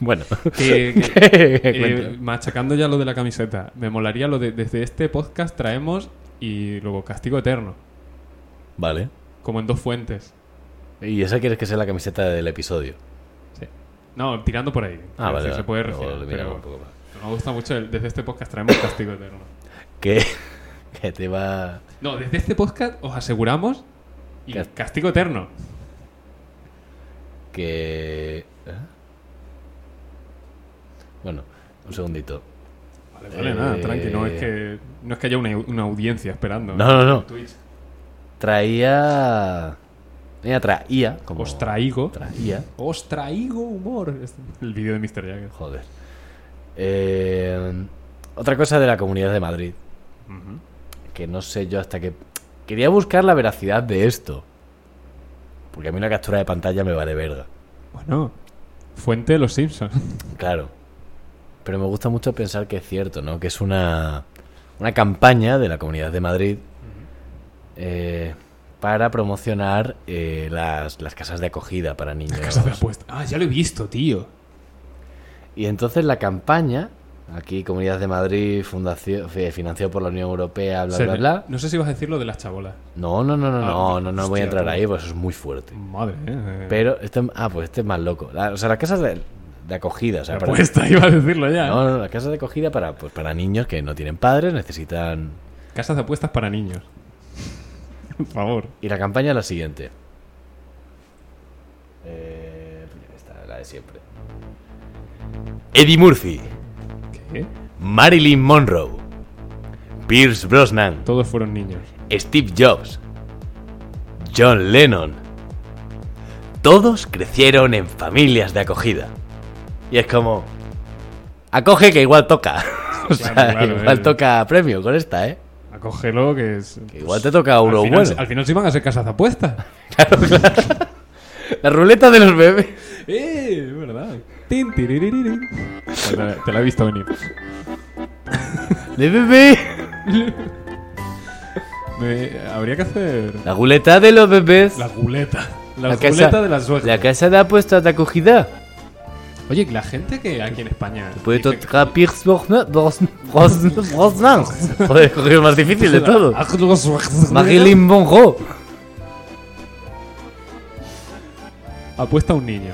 [SPEAKER 2] Bueno,
[SPEAKER 1] Que- que-
[SPEAKER 2] cuenta.
[SPEAKER 1] Eh, machacando ya lo de la camiseta, me molaría lo de desde este podcast traemos y luego castigo eterno,
[SPEAKER 2] Vale.
[SPEAKER 1] como en dos fuentes.
[SPEAKER 2] ¿Y esa quieres que sea la camiseta del episodio?
[SPEAKER 1] Sí. No, tirando por ahí.
[SPEAKER 2] Ah,
[SPEAKER 1] Es
[SPEAKER 2] vale.
[SPEAKER 1] decir,
[SPEAKER 2] vale.
[SPEAKER 1] Se puede
[SPEAKER 2] Luego
[SPEAKER 1] refinar,
[SPEAKER 2] le
[SPEAKER 1] pero
[SPEAKER 2] miramos un poco más.
[SPEAKER 1] no me gusta mucho el desde este podcast traemos castigo eterno.
[SPEAKER 2] Que, que te va...
[SPEAKER 1] No, desde este podcast os aseguramos y
[SPEAKER 2] Cas-
[SPEAKER 1] castigo eterno.
[SPEAKER 2] Que... ¿eh? Bueno, un segundito.
[SPEAKER 1] Vale, vale, nada,
[SPEAKER 2] Eh,
[SPEAKER 1] tranqui, no es que no es que haya una, una audiencia esperando. ¿eh?
[SPEAKER 2] No, no, no.
[SPEAKER 1] Twitch.
[SPEAKER 2] Traía... Ella traía, como...
[SPEAKER 1] Os traigo.
[SPEAKER 2] Traía.
[SPEAKER 1] Os traigo humor. Es El vídeo de Mr. Jagger.
[SPEAKER 2] Joder. Eh, otra cosa de la Comunidad de Madrid.
[SPEAKER 1] Ujú.
[SPEAKER 2] que no sé yo hasta que... Quería buscar la veracidad de esto. Porque a mí una captura de pantalla me vale verga.
[SPEAKER 1] Bueno, fuente de los Simpsons.
[SPEAKER 2] Claro. Pero me gusta mucho pensar que es cierto, ¿no? Que es una, una campaña de la Comunidad de Madrid eh, para promocionar eh, las, las casas de acogida para niños.
[SPEAKER 1] Casa de apuestas. Ah, ya lo he visto, tío.
[SPEAKER 2] Y entonces la campaña, aquí Comunidad de Madrid, fundación, eh, financiado por la Unión Europea, bla,
[SPEAKER 1] Se-
[SPEAKER 2] bla, bla.
[SPEAKER 1] No sé si vas a decir lo de las chabolas.
[SPEAKER 2] No, no, no, no,
[SPEAKER 1] Ah,
[SPEAKER 2] no, no, no voy a
[SPEAKER 1] hostia,
[SPEAKER 2] entrar
[SPEAKER 1] no.
[SPEAKER 2] ahí, pues eso es muy fuerte.
[SPEAKER 1] Madre, eh.
[SPEAKER 2] Pero este, ah, pues este es más loco. La- o sea, las casas de, de acogida, o sea,
[SPEAKER 1] La
[SPEAKER 2] para-
[SPEAKER 1] apuesta, iba a decirlo ya. ¿eh?
[SPEAKER 2] no, no, las casas de acogida para, pues, para niños que no tienen padres, necesitan.
[SPEAKER 1] Casas de apuestas para niños. Por favor.
[SPEAKER 2] Y la campaña es la siguiente. Eh, pues ya está, la de siempre. Eddie Murphy,
[SPEAKER 1] ¿Qué?
[SPEAKER 2] Marilyn Monroe, Pierce Brosnan,
[SPEAKER 1] Todos fueron niños.
[SPEAKER 2] Steve Jobs, John Lennon. Todos crecieron en familias de acogida. Y es como... Acoge que igual toca. o sea,
[SPEAKER 1] claro,
[SPEAKER 2] igual
[SPEAKER 1] eh.
[SPEAKER 2] toca premio con esta, ¿eh?
[SPEAKER 1] Acógelo, que es.
[SPEAKER 2] Que igual te toca uno
[SPEAKER 1] al final,
[SPEAKER 2] bueno.
[SPEAKER 1] Al final sí van a ser casas de apuestas.
[SPEAKER 2] La ruleta de los bebés.
[SPEAKER 1] ¡Eh! Es verdad. Tin, tiririririn. Te la- Te la he visto venir.
[SPEAKER 2] ¡Le bebé!
[SPEAKER 1] Me- habría que hacer
[SPEAKER 2] La guleta de los bebés.
[SPEAKER 1] la guleta. La,
[SPEAKER 2] La
[SPEAKER 1] guleta de las suegras.
[SPEAKER 2] La casa da puesta de acogida.
[SPEAKER 1] Oye, ¿y la gente que aquí en España.
[SPEAKER 2] Puede
[SPEAKER 1] dice que-
[SPEAKER 2] tocar Pierce Brosnan. Brosnan. Joder, cogí el más difícil de todo.
[SPEAKER 1] Ah, Pues
[SPEAKER 2] Marilyn Monroe.
[SPEAKER 1] Apuesta a un niño.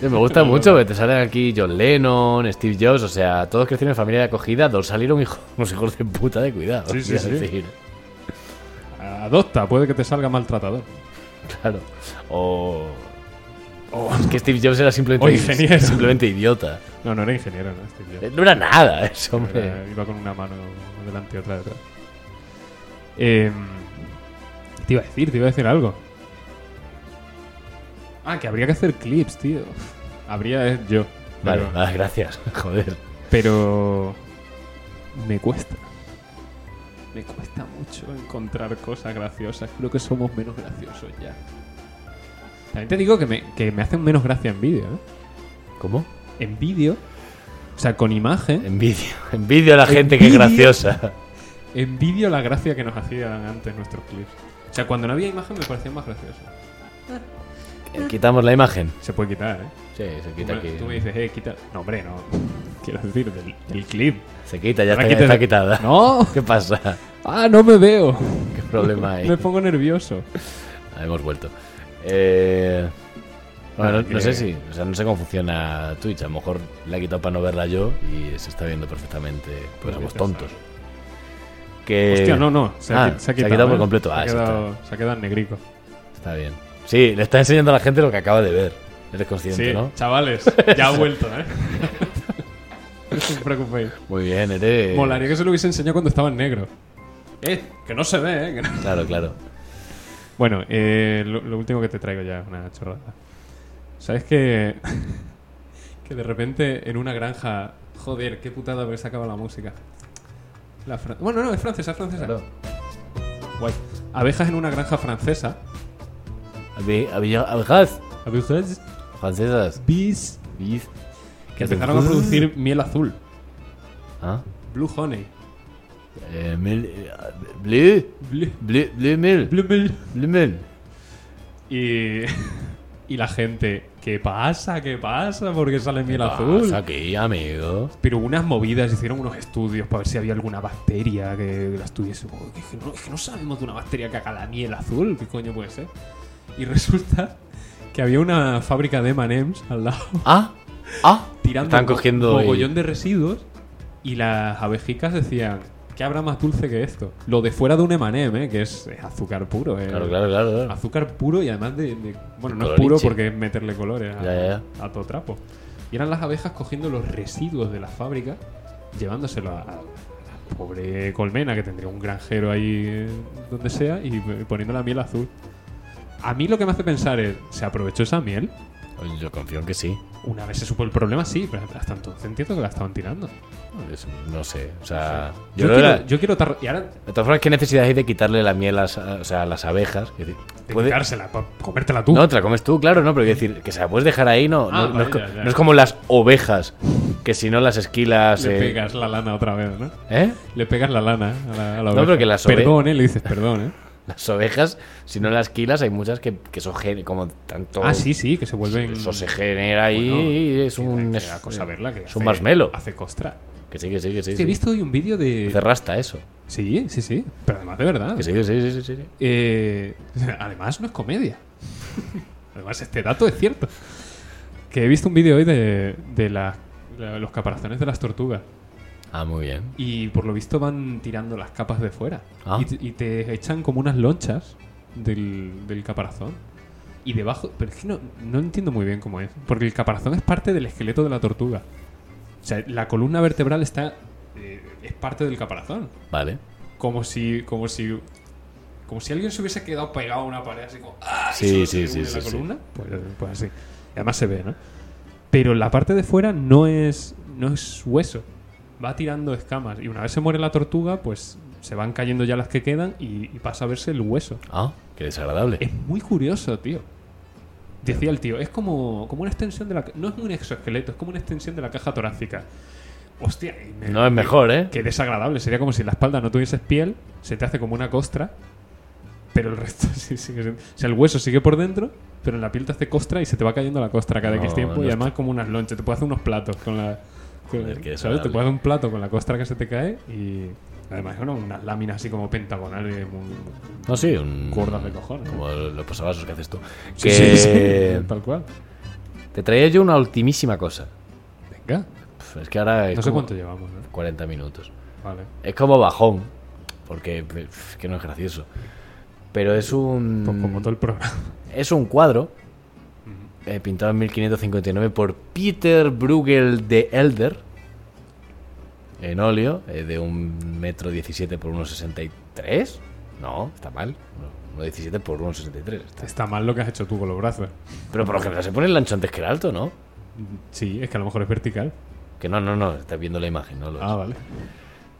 [SPEAKER 2] Sí, Me gusta mucho que te salen aquí John Lennon, Steve Jobs, o sea, todos crecieron en familia de acogida, dos salieron hijos, unos hijos de puta de cuidado.
[SPEAKER 1] Sí, sí,
[SPEAKER 2] quiero
[SPEAKER 1] sí.
[SPEAKER 2] decir.
[SPEAKER 1] Adopta, puede que te salga maltratador.
[SPEAKER 2] Claro. O. Es que Steve Jobs era simplemente,
[SPEAKER 1] O ingeniero.
[SPEAKER 2] simplemente idiota.
[SPEAKER 1] No, no era ingeniero, ¿no? Este tío.
[SPEAKER 2] Eh, No era nada eso, hombre.
[SPEAKER 1] Era- iba con una mano delante y otra detrás. Eh, te iba a decir, te iba a decir algo. Ah, que habría que hacer clips, tío. Habría es yo.
[SPEAKER 2] Vale,
[SPEAKER 1] pero-
[SPEAKER 2] ah, gracias. Joder.
[SPEAKER 1] Pero me cuesta. Me cuesta mucho encontrar cosas graciosas. Creo que somos menos graciosos ya. También te digo que me, que me hacen menos gracia en vídeo. ¿eh?
[SPEAKER 2] ¿Cómo?
[SPEAKER 1] En vídeo, o sea, con imagen,
[SPEAKER 2] Envidio. Envidio a la gente que es
[SPEAKER 1] Envidio.
[SPEAKER 2] graciosa.
[SPEAKER 1] en vídeo la gracia que nos hacían antes nuestros clips. O sea, cuando no había imagen me parecían más graciosos.
[SPEAKER 2] Eh, Quitamos la imagen.
[SPEAKER 1] Se puede quitar, ¿eh?
[SPEAKER 2] Sí, se
[SPEAKER 1] Tú
[SPEAKER 2] quita
[SPEAKER 1] me,
[SPEAKER 2] aquí.
[SPEAKER 1] tú me dices, eh, quita. No, hombre, no. Quiero decir, del, del clip.
[SPEAKER 2] Se quita, ya
[SPEAKER 1] Ahora
[SPEAKER 2] está, ya
[SPEAKER 1] quita-
[SPEAKER 2] está quitada.
[SPEAKER 1] ¡No!
[SPEAKER 2] ¿Qué pasa?
[SPEAKER 1] ¡Ah, no me veo!
[SPEAKER 2] ¿Qué problema hay?
[SPEAKER 1] Me pongo nervioso.
[SPEAKER 2] Ah, hemos vuelto. Eh, bueno, no,
[SPEAKER 1] Nada,
[SPEAKER 2] no sé
[SPEAKER 1] que-
[SPEAKER 2] si, o sea, no sé cómo funciona Twitch. A lo mejor la he quitado para no verla yo y se está viendo perfectamente. Pues
[SPEAKER 1] Pues
[SPEAKER 2] somos
[SPEAKER 1] ya
[SPEAKER 2] tontos. Que...
[SPEAKER 1] Hostia, no, no. Se, ha,
[SPEAKER 2] Eh, ah,
[SPEAKER 1] qui-
[SPEAKER 2] se ha quitado por
[SPEAKER 1] ¿eh?
[SPEAKER 2] completo.
[SPEAKER 1] Se,
[SPEAKER 2] Ah,
[SPEAKER 1] ha
[SPEAKER 2] eso
[SPEAKER 1] quedado, se ha quedado en negrico.
[SPEAKER 2] Está bien. Sí, le está enseñando a la gente lo que acaba de ver. Eres consciente,
[SPEAKER 1] Sí,
[SPEAKER 2] ¿no?
[SPEAKER 1] chavales, ya ha vuelto, ¿eh? no os preocupéis.
[SPEAKER 2] Muy bien, eres.
[SPEAKER 1] Molaría que se lo hubiese enseñado cuando estaba en negro. Eh, que no se ve, ¿eh? que no-
[SPEAKER 2] Claro, claro.
[SPEAKER 1] Bueno, eh, lo, lo último que te traigo ya es una chorrada. ¿Sabes que que de repente en una granja... Joder, qué putada haber sacado la música. La fran- bueno, no, es francesa, es francesa.
[SPEAKER 2] claro.
[SPEAKER 1] Guay. Abejas en una granja francesa.
[SPEAKER 2] Abe- abe- Abejas
[SPEAKER 1] Abejas.
[SPEAKER 2] francesas.
[SPEAKER 1] Bis.
[SPEAKER 2] Biz.
[SPEAKER 1] Que empezaron a producir miel azul.
[SPEAKER 2] ¿Ah?
[SPEAKER 1] Blue Honey.
[SPEAKER 2] Eh, mil, eh, bleu.
[SPEAKER 1] Blue,
[SPEAKER 2] Bleu, bleu mil.
[SPEAKER 1] blue, blue.
[SPEAKER 2] Bleu mil.
[SPEAKER 1] Y, y la gente, ¿qué pasa? ¿Qué pasa? Porque sale miel azul.
[SPEAKER 2] Pasa aquí, amigo.
[SPEAKER 1] Pero unas movidas, hicieron unos estudios para ver si había alguna bacteria que la estuviese. Oh, que- que no- es que no sabemos de una bacteria que haga la miel azul. ¿Qué coño puede ser? Y resulta que había una fábrica de M&M's al lado
[SPEAKER 2] Ah, ah.
[SPEAKER 1] tirando
[SPEAKER 2] Están
[SPEAKER 1] un
[SPEAKER 2] cogiendo. y-
[SPEAKER 1] mogollón de residuos y las abejicas decían ¿qué habrá más dulce que esto? Lo de fuera de un M&M, ¿eh? que es, es azúcar puro. ¿eh?
[SPEAKER 2] Claro, claro, claro. claro.
[SPEAKER 1] Azúcar puro y además de. de- bueno, no es
[SPEAKER 2] Colorinche.
[SPEAKER 1] puro porque es meterle colores a,
[SPEAKER 2] Ya, ya,
[SPEAKER 1] a todo trapo. Y eran las abejas cogiendo los residuos de la fábrica, llevándoselo a, a la pobre colmena que tendría un granjero ahí eh, donde sea y p- poniendo la miel azul. A mí lo que me hace pensar es: ¿se aprovechó esa miel?
[SPEAKER 2] Oye, Yo confío en que sí.
[SPEAKER 1] Una vez se supo el problema, sí, pero hasta entonces entiendo que la estaban tirando.
[SPEAKER 2] Es- No sé. O sea.
[SPEAKER 1] Yo,
[SPEAKER 2] Ah, Yo, creo
[SPEAKER 1] quiero,
[SPEAKER 2] que la-
[SPEAKER 1] yo quiero tar- Y ahora,
[SPEAKER 2] De todas formas, ¿qué necesidad hay de quitarle la miel a las, a- o sea, a las abejas? Quiero decir, puede-
[SPEAKER 1] dedicársela, pa- comértela tú.
[SPEAKER 2] No, te la comes tú, claro, no, pero quiero decir, que se la puedes dejar ahí, no,
[SPEAKER 1] Ah,
[SPEAKER 2] no, no
[SPEAKER 1] vale,
[SPEAKER 2] es, co-
[SPEAKER 1] ya, ya.
[SPEAKER 2] no es como las ovejas, que si no las esquilas...
[SPEAKER 1] Le
[SPEAKER 2] eh,
[SPEAKER 1] pegas la lana otra vez, ¿no?
[SPEAKER 2] ¿Eh?
[SPEAKER 1] Le pegas la lana a la, a la
[SPEAKER 2] No,
[SPEAKER 1] oveja.
[SPEAKER 2] pero que las ove-
[SPEAKER 1] Perdón, ¿eh? Le dices perdón, ¿eh?
[SPEAKER 2] Las ovejas, si no las esquilas, hay muchas que, que son gen- como tanto...
[SPEAKER 1] Ah, sí, sí, que se vuelven...
[SPEAKER 2] Eso se genera ahí,
[SPEAKER 1] Bueno,
[SPEAKER 2] es un... Es,
[SPEAKER 1] cosa verla que
[SPEAKER 2] es
[SPEAKER 1] hace-
[SPEAKER 2] un marshmallow.
[SPEAKER 1] Hace costra.
[SPEAKER 2] Que sí, que sí, que sí.
[SPEAKER 1] Es
[SPEAKER 2] sí.
[SPEAKER 1] que he visto hoy un vídeo de...
[SPEAKER 2] Hace rasta eso.
[SPEAKER 1] Sí, sí, sí. Pero además de verdad.
[SPEAKER 2] Que sí, que sí, sí, sí, sí, sí.
[SPEAKER 1] Eh, además, no es comedia. además, este dato es cierto. Que he visto un vídeo hoy de, de la- la- los caparazones de las tortugas.
[SPEAKER 2] Ah, muy bien.
[SPEAKER 1] Y por lo visto van tirando las capas de fuera.
[SPEAKER 2] Ah.
[SPEAKER 1] Y, te- y te echan como unas lonchas del, del caparazón. Y debajo. Pero es que no, no entiendo muy bien cómo es. Porque el caparazón es parte del esqueleto de la tortuga. O sea, la columna vertebral está. eh, es parte del caparazón.
[SPEAKER 2] Vale.
[SPEAKER 1] Como si. Como si. Como si alguien se hubiese quedado pegado a una pared así como. ¡Ah! y
[SPEAKER 2] Sí,
[SPEAKER 1] solo se
[SPEAKER 2] sí, sí,
[SPEAKER 1] une
[SPEAKER 2] sí,
[SPEAKER 1] la
[SPEAKER 2] sí.
[SPEAKER 1] columna. Pues, pues así. Y además se ve, ¿no? Pero la parte de fuera no es. no es hueso. Va tirando escamas. Y una vez se muere la tortuga, pues se van cayendo ya las que quedan y, y pasa a verse el hueso. Eh,
[SPEAKER 2] Ah, qué desagradable.
[SPEAKER 1] Es muy curioso, tío. Decía el tío, es como, como una extensión de la... ca- No es un exoesqueleto, es como una extensión de la caja torácica. Hostia, y me-
[SPEAKER 2] No es mejor, ¿eh?
[SPEAKER 1] Qué desagradable. Sería como si en la espalda no tuvieses piel, se te hace como una costra, pero el resto sí sigue siendo- O sea, el hueso sigue por dentro, pero en la piel te hace costra y se te va cayendo la costra cada
[SPEAKER 2] No,
[SPEAKER 1] X tiempo.
[SPEAKER 2] no
[SPEAKER 1] y
[SPEAKER 2] está-
[SPEAKER 1] además como unas lonchas. Te puedes hacer unos platos con la. con-
[SPEAKER 2] Joder,
[SPEAKER 1] ¿sabes?
[SPEAKER 2] qué
[SPEAKER 1] Te
[SPEAKER 2] desagradable.
[SPEAKER 1] puedes hacer un plato con la costra que se te cae y. Además, bueno, unas láminas así como pentagonales. Muy,
[SPEAKER 2] No, sí. Un...
[SPEAKER 1] Gordas de cojones. ¿eh?
[SPEAKER 2] Como los posavasos que haces tú.
[SPEAKER 1] Sí,
[SPEAKER 2] que
[SPEAKER 1] sí, sí, tal cual.
[SPEAKER 2] te traía yo una ultimísima cosa.
[SPEAKER 1] Venga.
[SPEAKER 2] Pf, Es que ahora es
[SPEAKER 1] No sé
[SPEAKER 2] como
[SPEAKER 1] cuánto llevamos, ¿no?
[SPEAKER 2] 40 minutos.
[SPEAKER 1] Vale. pues
[SPEAKER 2] Es como bajón, porque pf, que no es gracioso. Pero es un
[SPEAKER 1] Pues como todo el programa.
[SPEAKER 2] es un cuadro eh, pintado en 1559 por Peter Bruegel de Elder en óleo eh, de un metro 17 por 1,63. No, está mal. 1,17 por 1,63. está-
[SPEAKER 1] Está mal lo que has hecho tú con los brazos.
[SPEAKER 2] Pero por lo general se pone el ancho antes que el alto, ¿no?
[SPEAKER 1] Sí, es que a lo mejor es vertical.
[SPEAKER 2] Que no, no, no, estás viendo la imagen, no lo
[SPEAKER 1] Ah, vale.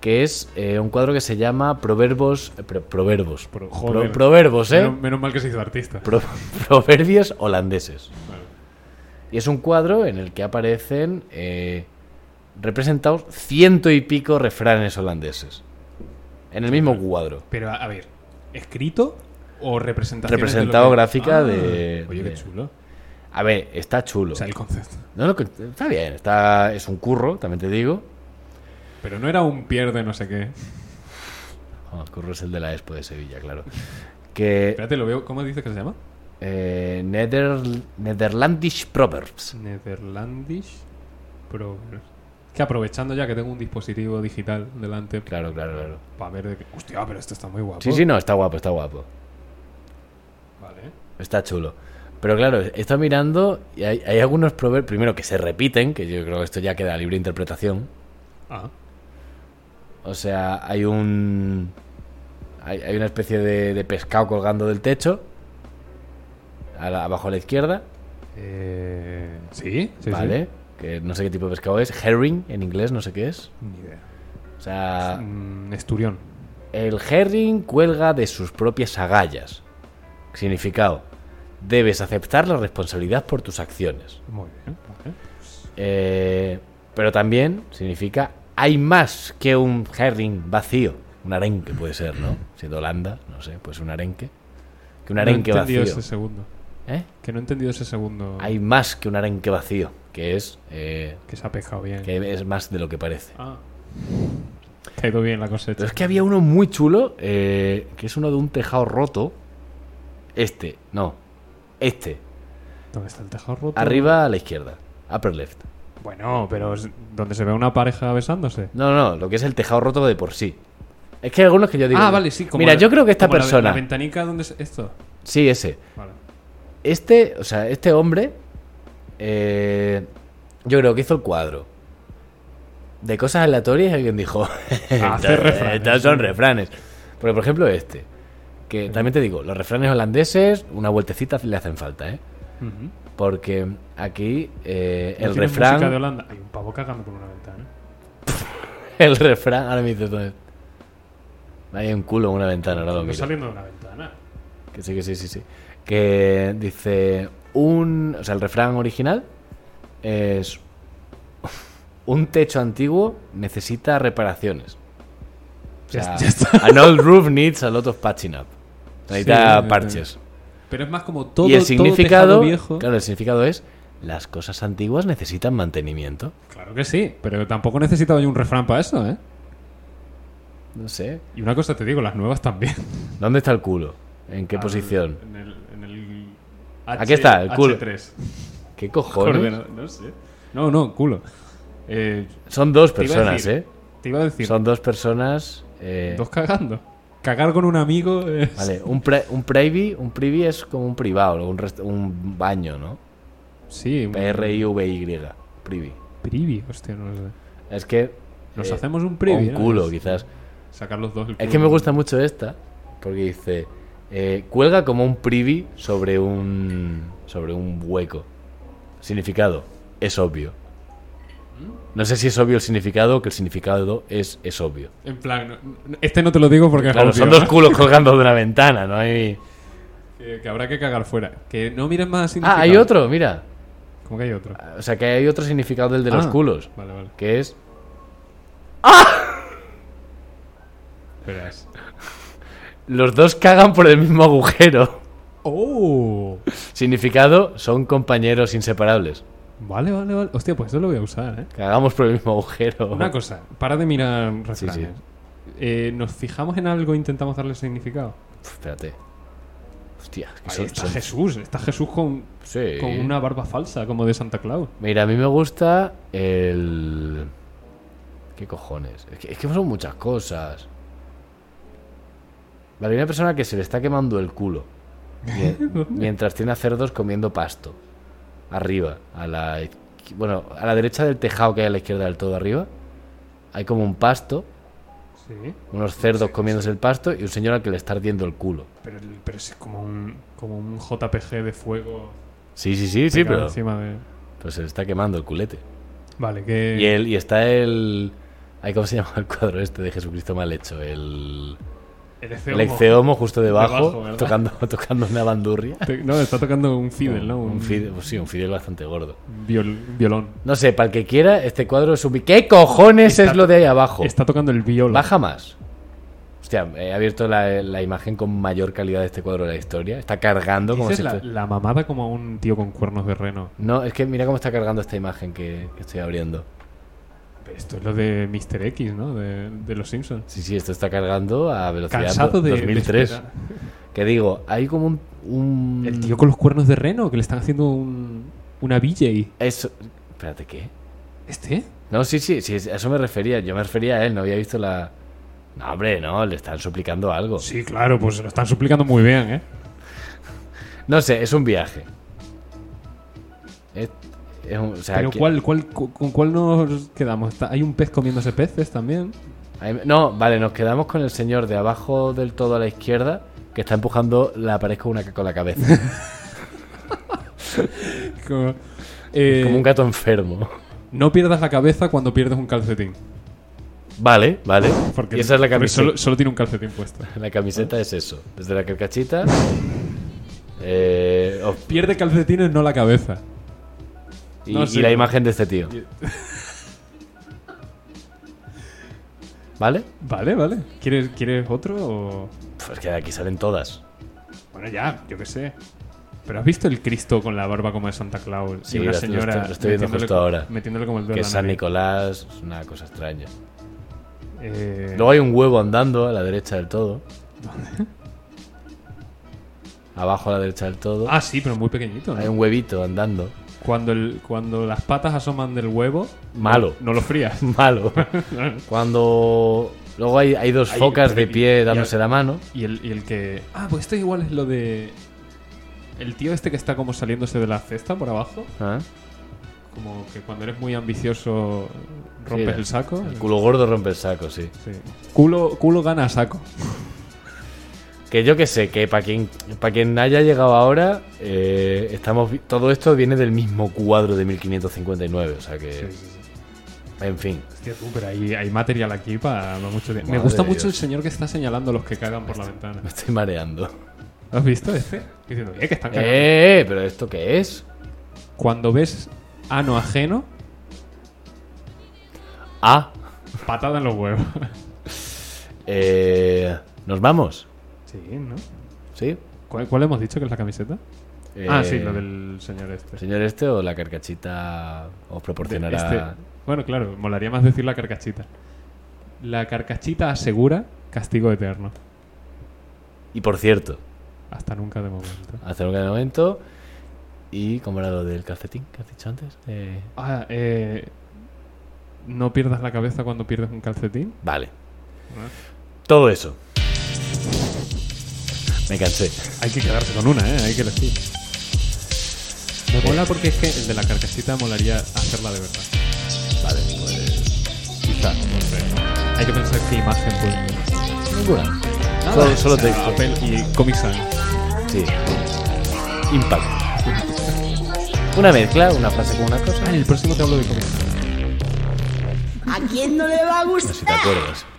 [SPEAKER 2] que es eh, un cuadro que se llama Proverbos. eh, pro- proverbos.
[SPEAKER 1] Pro-
[SPEAKER 2] Pro-
[SPEAKER 1] joder.
[SPEAKER 2] proverbos, ¿eh?
[SPEAKER 1] Menos, menos mal que se hizo artista.
[SPEAKER 2] Pro- proverbios holandeses.
[SPEAKER 1] Vale.
[SPEAKER 2] Y es un cuadro en el que aparecen eh, representados ciento y pico refranes holandeses. En el mismo cuadro.
[SPEAKER 1] Pero, a, a ver, ¿escrito o representación?
[SPEAKER 2] Representado gráfica de-
[SPEAKER 1] Ah, Oye,
[SPEAKER 2] de-
[SPEAKER 1] qué chulo.
[SPEAKER 2] A ver, está chulo.
[SPEAKER 1] O sea, el concepto.
[SPEAKER 2] No, no, que- está bien, está, es un curro, también te digo.
[SPEAKER 1] Pero no era un pierde no sé qué.
[SPEAKER 2] Ah, curro es el de la Expo de Sevilla, claro. Que
[SPEAKER 1] Espérate, lo veo. ¿Cómo dices que se llama?
[SPEAKER 2] eh, Nether- Netherlandish Proverbs.
[SPEAKER 1] Netherlandish Proverbs. Es que aprovechando ya que tengo un dispositivo digital delante
[SPEAKER 2] Claro, claro, claro.
[SPEAKER 1] para ver de qué... Hostia, pero esto está muy guapo.
[SPEAKER 2] Sí, sí, no, está guapo, está guapo.
[SPEAKER 1] Vale.
[SPEAKER 2] Está chulo. Pero claro, está mirando y hay, hay algunos proverbios, primero que se repiten, que yo creo que esto ya queda a libre interpretación.
[SPEAKER 1] Ah,
[SPEAKER 2] O sea, hay un. Hay, hay una especie de, de pescado colgando del techo. a la- abajo a la izquierda.
[SPEAKER 1] eh, sí, sí, sí.
[SPEAKER 2] vale. Que no sé qué tipo de pescado es. Herring en inglés, no sé qué es.
[SPEAKER 1] Ni idea.
[SPEAKER 2] O sea,
[SPEAKER 1] Mm, esturión.
[SPEAKER 2] el herring cuelga de sus propias agallas. Significado: debes aceptar la responsabilidad por tus acciones.
[SPEAKER 1] Muy bien. vale.
[SPEAKER 2] Eh, pero también significa hay más que un herring vacío. Un arenque puede ser, ¿no? Siendo Holanda, no sé, pues un arenque. Que un arenque
[SPEAKER 1] no he entendido
[SPEAKER 2] vacío.
[SPEAKER 1] ese segundo.
[SPEAKER 2] ¿Eh?
[SPEAKER 1] Que no he entendido ese segundo.
[SPEAKER 2] Hay más que un arenque vacío, que es eh,
[SPEAKER 1] Que se ha pescado bien.
[SPEAKER 2] que es más de lo que parece.
[SPEAKER 1] Ah. Que ha ido bien la cosecha.
[SPEAKER 2] Pero es que había uno muy chulo, eh, que es uno de un tejado roto. Este, no, este,
[SPEAKER 1] ¿Dónde está el tejado roto?
[SPEAKER 2] arriba a la izquierda, upper left.
[SPEAKER 1] Bueno, pero es donde se ve una pareja besándose.
[SPEAKER 2] No, no, lo que es el tejado roto de por sí. Es que hay algunos que yo digo.
[SPEAKER 1] ah, vale, sí. como
[SPEAKER 2] Mira,
[SPEAKER 1] la-
[SPEAKER 2] yo creo que esta
[SPEAKER 1] como la ve- La,
[SPEAKER 2] persona.
[SPEAKER 1] ventanica donde es esto.
[SPEAKER 2] sí, ese.
[SPEAKER 1] Vale.
[SPEAKER 2] Este, o sea, este hombre, eh, yo creo que hizo el cuadro. De cosas aleatorias y alguien dijo,
[SPEAKER 1] hacer Ah, refranes".
[SPEAKER 2] estos son refranes. Porque, por ejemplo, este, que también te digo, los refranes holandeses, una vueltecita le hacen falta, ¿eh?
[SPEAKER 1] Ujú.
[SPEAKER 2] Porque aquí eh,
[SPEAKER 1] ¿No
[SPEAKER 2] el
[SPEAKER 1] tiene música de
[SPEAKER 2] refrán,
[SPEAKER 1] Holanda. Hay un pavo cagando por una ventana.
[SPEAKER 2] el refrán, ahora me dices, ¿dónde? Hay un culo en una ventana, ahora lo
[SPEAKER 1] Está
[SPEAKER 2] miro.
[SPEAKER 1] saliendo de una ventana.
[SPEAKER 2] Que sí, que sí, sí, sí. Que dice un... O sea, el refrán original es... Un techo antiguo necesita reparaciones. O
[SPEAKER 1] Ya-
[SPEAKER 2] sea,
[SPEAKER 1] ya está.
[SPEAKER 2] An old roof needs a lot of patching up. Necesita
[SPEAKER 1] Sí,
[SPEAKER 2] parches.
[SPEAKER 1] Pero es más como todo.
[SPEAKER 2] y el
[SPEAKER 1] todo
[SPEAKER 2] significado...
[SPEAKER 1] tejado viejo. Claro.
[SPEAKER 2] Claro, el significado es... Las cosas antiguas necesitan mantenimiento.
[SPEAKER 1] que sí. Pero tampoco necesitaba yo un refrán para eso, ¿eh?
[SPEAKER 2] No sé.
[SPEAKER 1] Y una cosa te digo, las nuevas también.
[SPEAKER 2] ¿Dónde está el culo? ¿En qué
[SPEAKER 1] Al-
[SPEAKER 2] posición?
[SPEAKER 1] Ah, En el. en el
[SPEAKER 2] Aquí está, el culo.
[SPEAKER 1] H3.
[SPEAKER 2] ¿Qué cojones?
[SPEAKER 1] Ordenado, No sé. No, no, culo. Eh,
[SPEAKER 2] Son dos
[SPEAKER 1] te iba a
[SPEAKER 2] personas,
[SPEAKER 1] decir-
[SPEAKER 2] ¿eh?
[SPEAKER 1] Te iba a decir.
[SPEAKER 2] Son dos personas... eh,
[SPEAKER 1] Dos cagando. Cagar con un amigo es.
[SPEAKER 2] Vale, un, pri- un privy, un privy es como un privado, un, rest- un baño, ¿no?
[SPEAKER 1] Sí, un
[SPEAKER 2] P-R-I-V-Y, privy.
[SPEAKER 1] privy, hostia, no lo sé.
[SPEAKER 2] Es que...
[SPEAKER 1] Nos
[SPEAKER 2] eh,
[SPEAKER 1] hacemos un
[SPEAKER 2] o
[SPEAKER 1] privy.
[SPEAKER 2] un
[SPEAKER 1] ¿no?
[SPEAKER 2] culo,
[SPEAKER 1] Es-
[SPEAKER 2] quizás.
[SPEAKER 1] Sacar los dos. el
[SPEAKER 2] Es
[SPEAKER 1] culo.
[SPEAKER 2] que me gusta mucho esta, porque dice... eh, cuelga como un privy sobre un... sobre un hueco. Significado, es obvio. No sé si es obvio el significado o que el significado es, es obvio.
[SPEAKER 1] En plan, no- no- este no te lo digo porque es
[SPEAKER 2] Claro,
[SPEAKER 1] obvio,
[SPEAKER 2] son
[SPEAKER 1] ¿no?
[SPEAKER 2] dos culos colgando de una ventana, no hay...
[SPEAKER 1] Que Eh, que habrá que cagar fuera. Que no mires más significado.
[SPEAKER 2] Ah, hay otro, mira.
[SPEAKER 1] ¿Cómo que hay otro?
[SPEAKER 2] O sea, que hay otro significado del de los
[SPEAKER 1] Ah,
[SPEAKER 2] culos.
[SPEAKER 1] Vale, vale.
[SPEAKER 2] Que es.
[SPEAKER 1] Verás.
[SPEAKER 2] Los dos cagan por el mismo agujero.
[SPEAKER 1] ¡Oh!
[SPEAKER 2] Significado: son compañeros inseparables.
[SPEAKER 1] Vale, vale, vale. Hostia, pues esto lo voy a usar, ¿eh?
[SPEAKER 2] Cagamos por el mismo agujero.
[SPEAKER 1] Una cosa, para de mirar
[SPEAKER 2] Sí,
[SPEAKER 1] refranes. Eh, ¿Nos fijamos en algo e intentamos darle significado?
[SPEAKER 2] Pf, espérate. Hostia, es que
[SPEAKER 1] Ahí
[SPEAKER 2] son-
[SPEAKER 1] está
[SPEAKER 2] son-
[SPEAKER 1] Jesús, está Jesús con,
[SPEAKER 2] Sí.
[SPEAKER 1] con una barba falsa, como de Santa Claus.
[SPEAKER 2] Mira, a mí me gusta el. ¿Qué cojones? Es que, es que son muchas cosas. Vale, hay una persona que se le está quemando el culo. mie- mientras tiene a cerdos comiendo pasto. Arriba, a la. iz- Bueno, a la derecha del tejado que hay a la izquierda del todo arriba. Hay como un pasto,
[SPEAKER 1] Sí.
[SPEAKER 2] unos cerdos comiéndose el pasto y un señor al que le está ardiendo el culo.
[SPEAKER 1] Pero, el- pero es como un, como un JPG de fuego.
[SPEAKER 2] Sí, sí, sí, sí,
[SPEAKER 1] pegado
[SPEAKER 2] pero.
[SPEAKER 1] Encima de...
[SPEAKER 2] pero Pues se le está quemando el culete.
[SPEAKER 1] Vale, que.
[SPEAKER 2] Y, el, y está el. ay, ¿Cómo se llama el cuadro este de Jesucristo mal hecho? El,
[SPEAKER 1] El
[SPEAKER 2] el
[SPEAKER 1] exceomo.
[SPEAKER 2] exceomo justo debajo,
[SPEAKER 1] Debajo, ¿verdad?
[SPEAKER 2] tocando, tocando una bandurria.
[SPEAKER 1] Te- No, está tocando un Fidel, ¿no?
[SPEAKER 2] Un, fide- pues sí, un fidel bastante gordo.
[SPEAKER 1] viol- violón.
[SPEAKER 2] No sé, para el que quiera, este cuadro es un... ¿Qué cojones
[SPEAKER 1] Está-
[SPEAKER 2] es lo de ahí abajo?
[SPEAKER 1] Está tocando el violón.
[SPEAKER 2] Baja más. Hostia, he abierto la, la imagen con mayor calidad de este cuadro de la historia. Está cargando como
[SPEAKER 1] Dices
[SPEAKER 2] si
[SPEAKER 1] la,
[SPEAKER 2] fue-
[SPEAKER 1] la mamada como a un tío con cuernos de reno.
[SPEAKER 2] No, es que mira cómo está cargando esta imagen que, que estoy abriendo.
[SPEAKER 1] Esto es lo de Mr. X, ¿no? De, de los Simpsons.
[SPEAKER 2] Sí, sí, esto está cargando a velocidad
[SPEAKER 1] Cansado de. de
[SPEAKER 2] 2003.
[SPEAKER 1] esperar.
[SPEAKER 2] que digo, hay como un... un-
[SPEAKER 1] El tío con los cuernos de reno que le están haciendo un, una BJ.
[SPEAKER 2] Eso. Espérate, ¿qué?
[SPEAKER 1] ¿Este?
[SPEAKER 2] No, sí, sí, sí, a eso me refería. Yo me refería a él, no había visto la. No, hombre, no, le están suplicando algo.
[SPEAKER 1] Sí, claro, pues se lo están suplicando muy bien, ¿eh?
[SPEAKER 2] No sé, es un viaje. Es, es un- o sea,
[SPEAKER 1] Pero
[SPEAKER 2] que-
[SPEAKER 1] ¿cuál, cuál, cu- ¿con cuál nos quedamos? Está- Hay un pez comiéndose peces también.
[SPEAKER 2] ahí- No, vale, nos quedamos con el señor de abajo del todo a la izquierda que está empujando la pared con, una, con la cabeza.
[SPEAKER 1] Como, eh,
[SPEAKER 2] como un gato enfermo.
[SPEAKER 1] No pierdas la cabeza cuando pierdes un calcetín.
[SPEAKER 2] Vale, vale.
[SPEAKER 1] Porque
[SPEAKER 2] y esa es la
[SPEAKER 1] porque
[SPEAKER 2] camiseta.
[SPEAKER 1] Solo, solo tiene un calcetín puesto.
[SPEAKER 2] La camiseta es eso. Desde la carcachita. eh, os-
[SPEAKER 1] Pierde calcetines, no la cabeza.
[SPEAKER 2] y,
[SPEAKER 1] No sé.
[SPEAKER 2] y la imagen de este tío. ¿Vale?
[SPEAKER 1] Vale, vale. ¿Quieres, ¿quieres otro o.?
[SPEAKER 2] Pf, Es que de aquí salen todas.
[SPEAKER 1] Bueno, ya, yo qué sé. Pero has visto el Cristo con la barba como de Santa Claus
[SPEAKER 2] Sí,
[SPEAKER 1] y una
[SPEAKER 2] lo- lo
[SPEAKER 1] señora
[SPEAKER 2] estoy- lo estoy viendo
[SPEAKER 1] metiéndole
[SPEAKER 2] justo
[SPEAKER 1] co-
[SPEAKER 2] ahora.
[SPEAKER 1] metiéndole como el dedo
[SPEAKER 2] Que
[SPEAKER 1] en
[SPEAKER 2] es
[SPEAKER 1] la
[SPEAKER 2] San
[SPEAKER 1] nariz.
[SPEAKER 2] Nicolás es una cosa extraña.
[SPEAKER 1] Eh,
[SPEAKER 2] Luego hay un huevo andando a la derecha del todo. Abajo a la derecha del todo.
[SPEAKER 1] Ah, sí, pero muy pequeñito. ¿no?
[SPEAKER 2] Hay un huevito andando.
[SPEAKER 1] Cuando, el, cuando las patas asoman del huevo,
[SPEAKER 2] Malo.
[SPEAKER 1] no lo frías.
[SPEAKER 2] Malo. Cuando. Luego hay, hay dos
[SPEAKER 1] Hay-
[SPEAKER 2] focas de
[SPEAKER 1] y-
[SPEAKER 2] pie
[SPEAKER 1] y-
[SPEAKER 2] dándose la mano.
[SPEAKER 1] Y el, y el que. Ah, pues esto igual es lo de. El tío este que está como saliéndose de la cesta por abajo.
[SPEAKER 2] Ah,
[SPEAKER 1] Como que cuando eres muy ambicioso
[SPEAKER 2] sí,
[SPEAKER 1] rompes el saco.
[SPEAKER 2] El culo gordo rompe el saco, sí.
[SPEAKER 1] Sí. Culo, culo gana saco.
[SPEAKER 2] Que yo que sé, que para quien, pa' quien haya llegado ahora, eh, estamos vi- todo esto viene del mismo cuadro de 1559. O sea que.
[SPEAKER 1] Sí, sí, sí.
[SPEAKER 2] En fin.
[SPEAKER 1] Hostia, tú, pero hay, hay material aquí para mucho tiempo. Me
[SPEAKER 2] Madre
[SPEAKER 1] gusta
[SPEAKER 2] de
[SPEAKER 1] mucho el
[SPEAKER 2] Dios.
[SPEAKER 1] señor que está señalando a los que cagan por la ventana.
[SPEAKER 2] Me estoy mareando.
[SPEAKER 1] ¿Lo has visto este? Diciendo, eh, que están cagando.
[SPEAKER 2] Eh, eh, pero ¿esto qué es?
[SPEAKER 1] Cuando ves ano ajeno,
[SPEAKER 2] Ah,
[SPEAKER 1] patada en los huevos.
[SPEAKER 2] eh, nos vamos,
[SPEAKER 1] Sí, ¿no?
[SPEAKER 2] ¿sí?
[SPEAKER 1] ¿Cuál, cuál hemos dicho que es la camiseta?
[SPEAKER 2] Eh,
[SPEAKER 1] ah, sí, lo del señor este.
[SPEAKER 2] El Señor este o la carcachita os
[SPEAKER 1] Este-
[SPEAKER 2] proporcionará...
[SPEAKER 1] Bueno, claro, molaría más decir la carcachita. La carcachita asegura castigo eterno.
[SPEAKER 2] Y por cierto,
[SPEAKER 1] Hasta nunca de momento.
[SPEAKER 2] hacer un gran momento... ¿Y cómo era lo del calcetín que has dicho antes? Eh,
[SPEAKER 1] Ah, eh, no pierdas la cabeza cuando pierdes un calcetín.
[SPEAKER 2] vale.
[SPEAKER 1] Ah.
[SPEAKER 2] Todo eso. Me cansé.
[SPEAKER 1] Hay que quedarse con una, ¿eh? Hay que elegir. Me mola porque es que el de la carcachita molaría hacerla de verdad.
[SPEAKER 2] Vale, pues...
[SPEAKER 1] Quizá, no sé. Hay que pensar qué imagen puede.
[SPEAKER 2] Ninguna. Solo, solo te digo.
[SPEAKER 1] Papel y Comic Sans.
[SPEAKER 2] Sí. Impact. Una mezcla, una frase con una cosa.
[SPEAKER 1] Ah, en el próximo te hablo de Comic Sans.
[SPEAKER 5] ¿A quién no le va a
[SPEAKER 2] Si te
[SPEAKER 5] gustar?
[SPEAKER 2] acuerdas.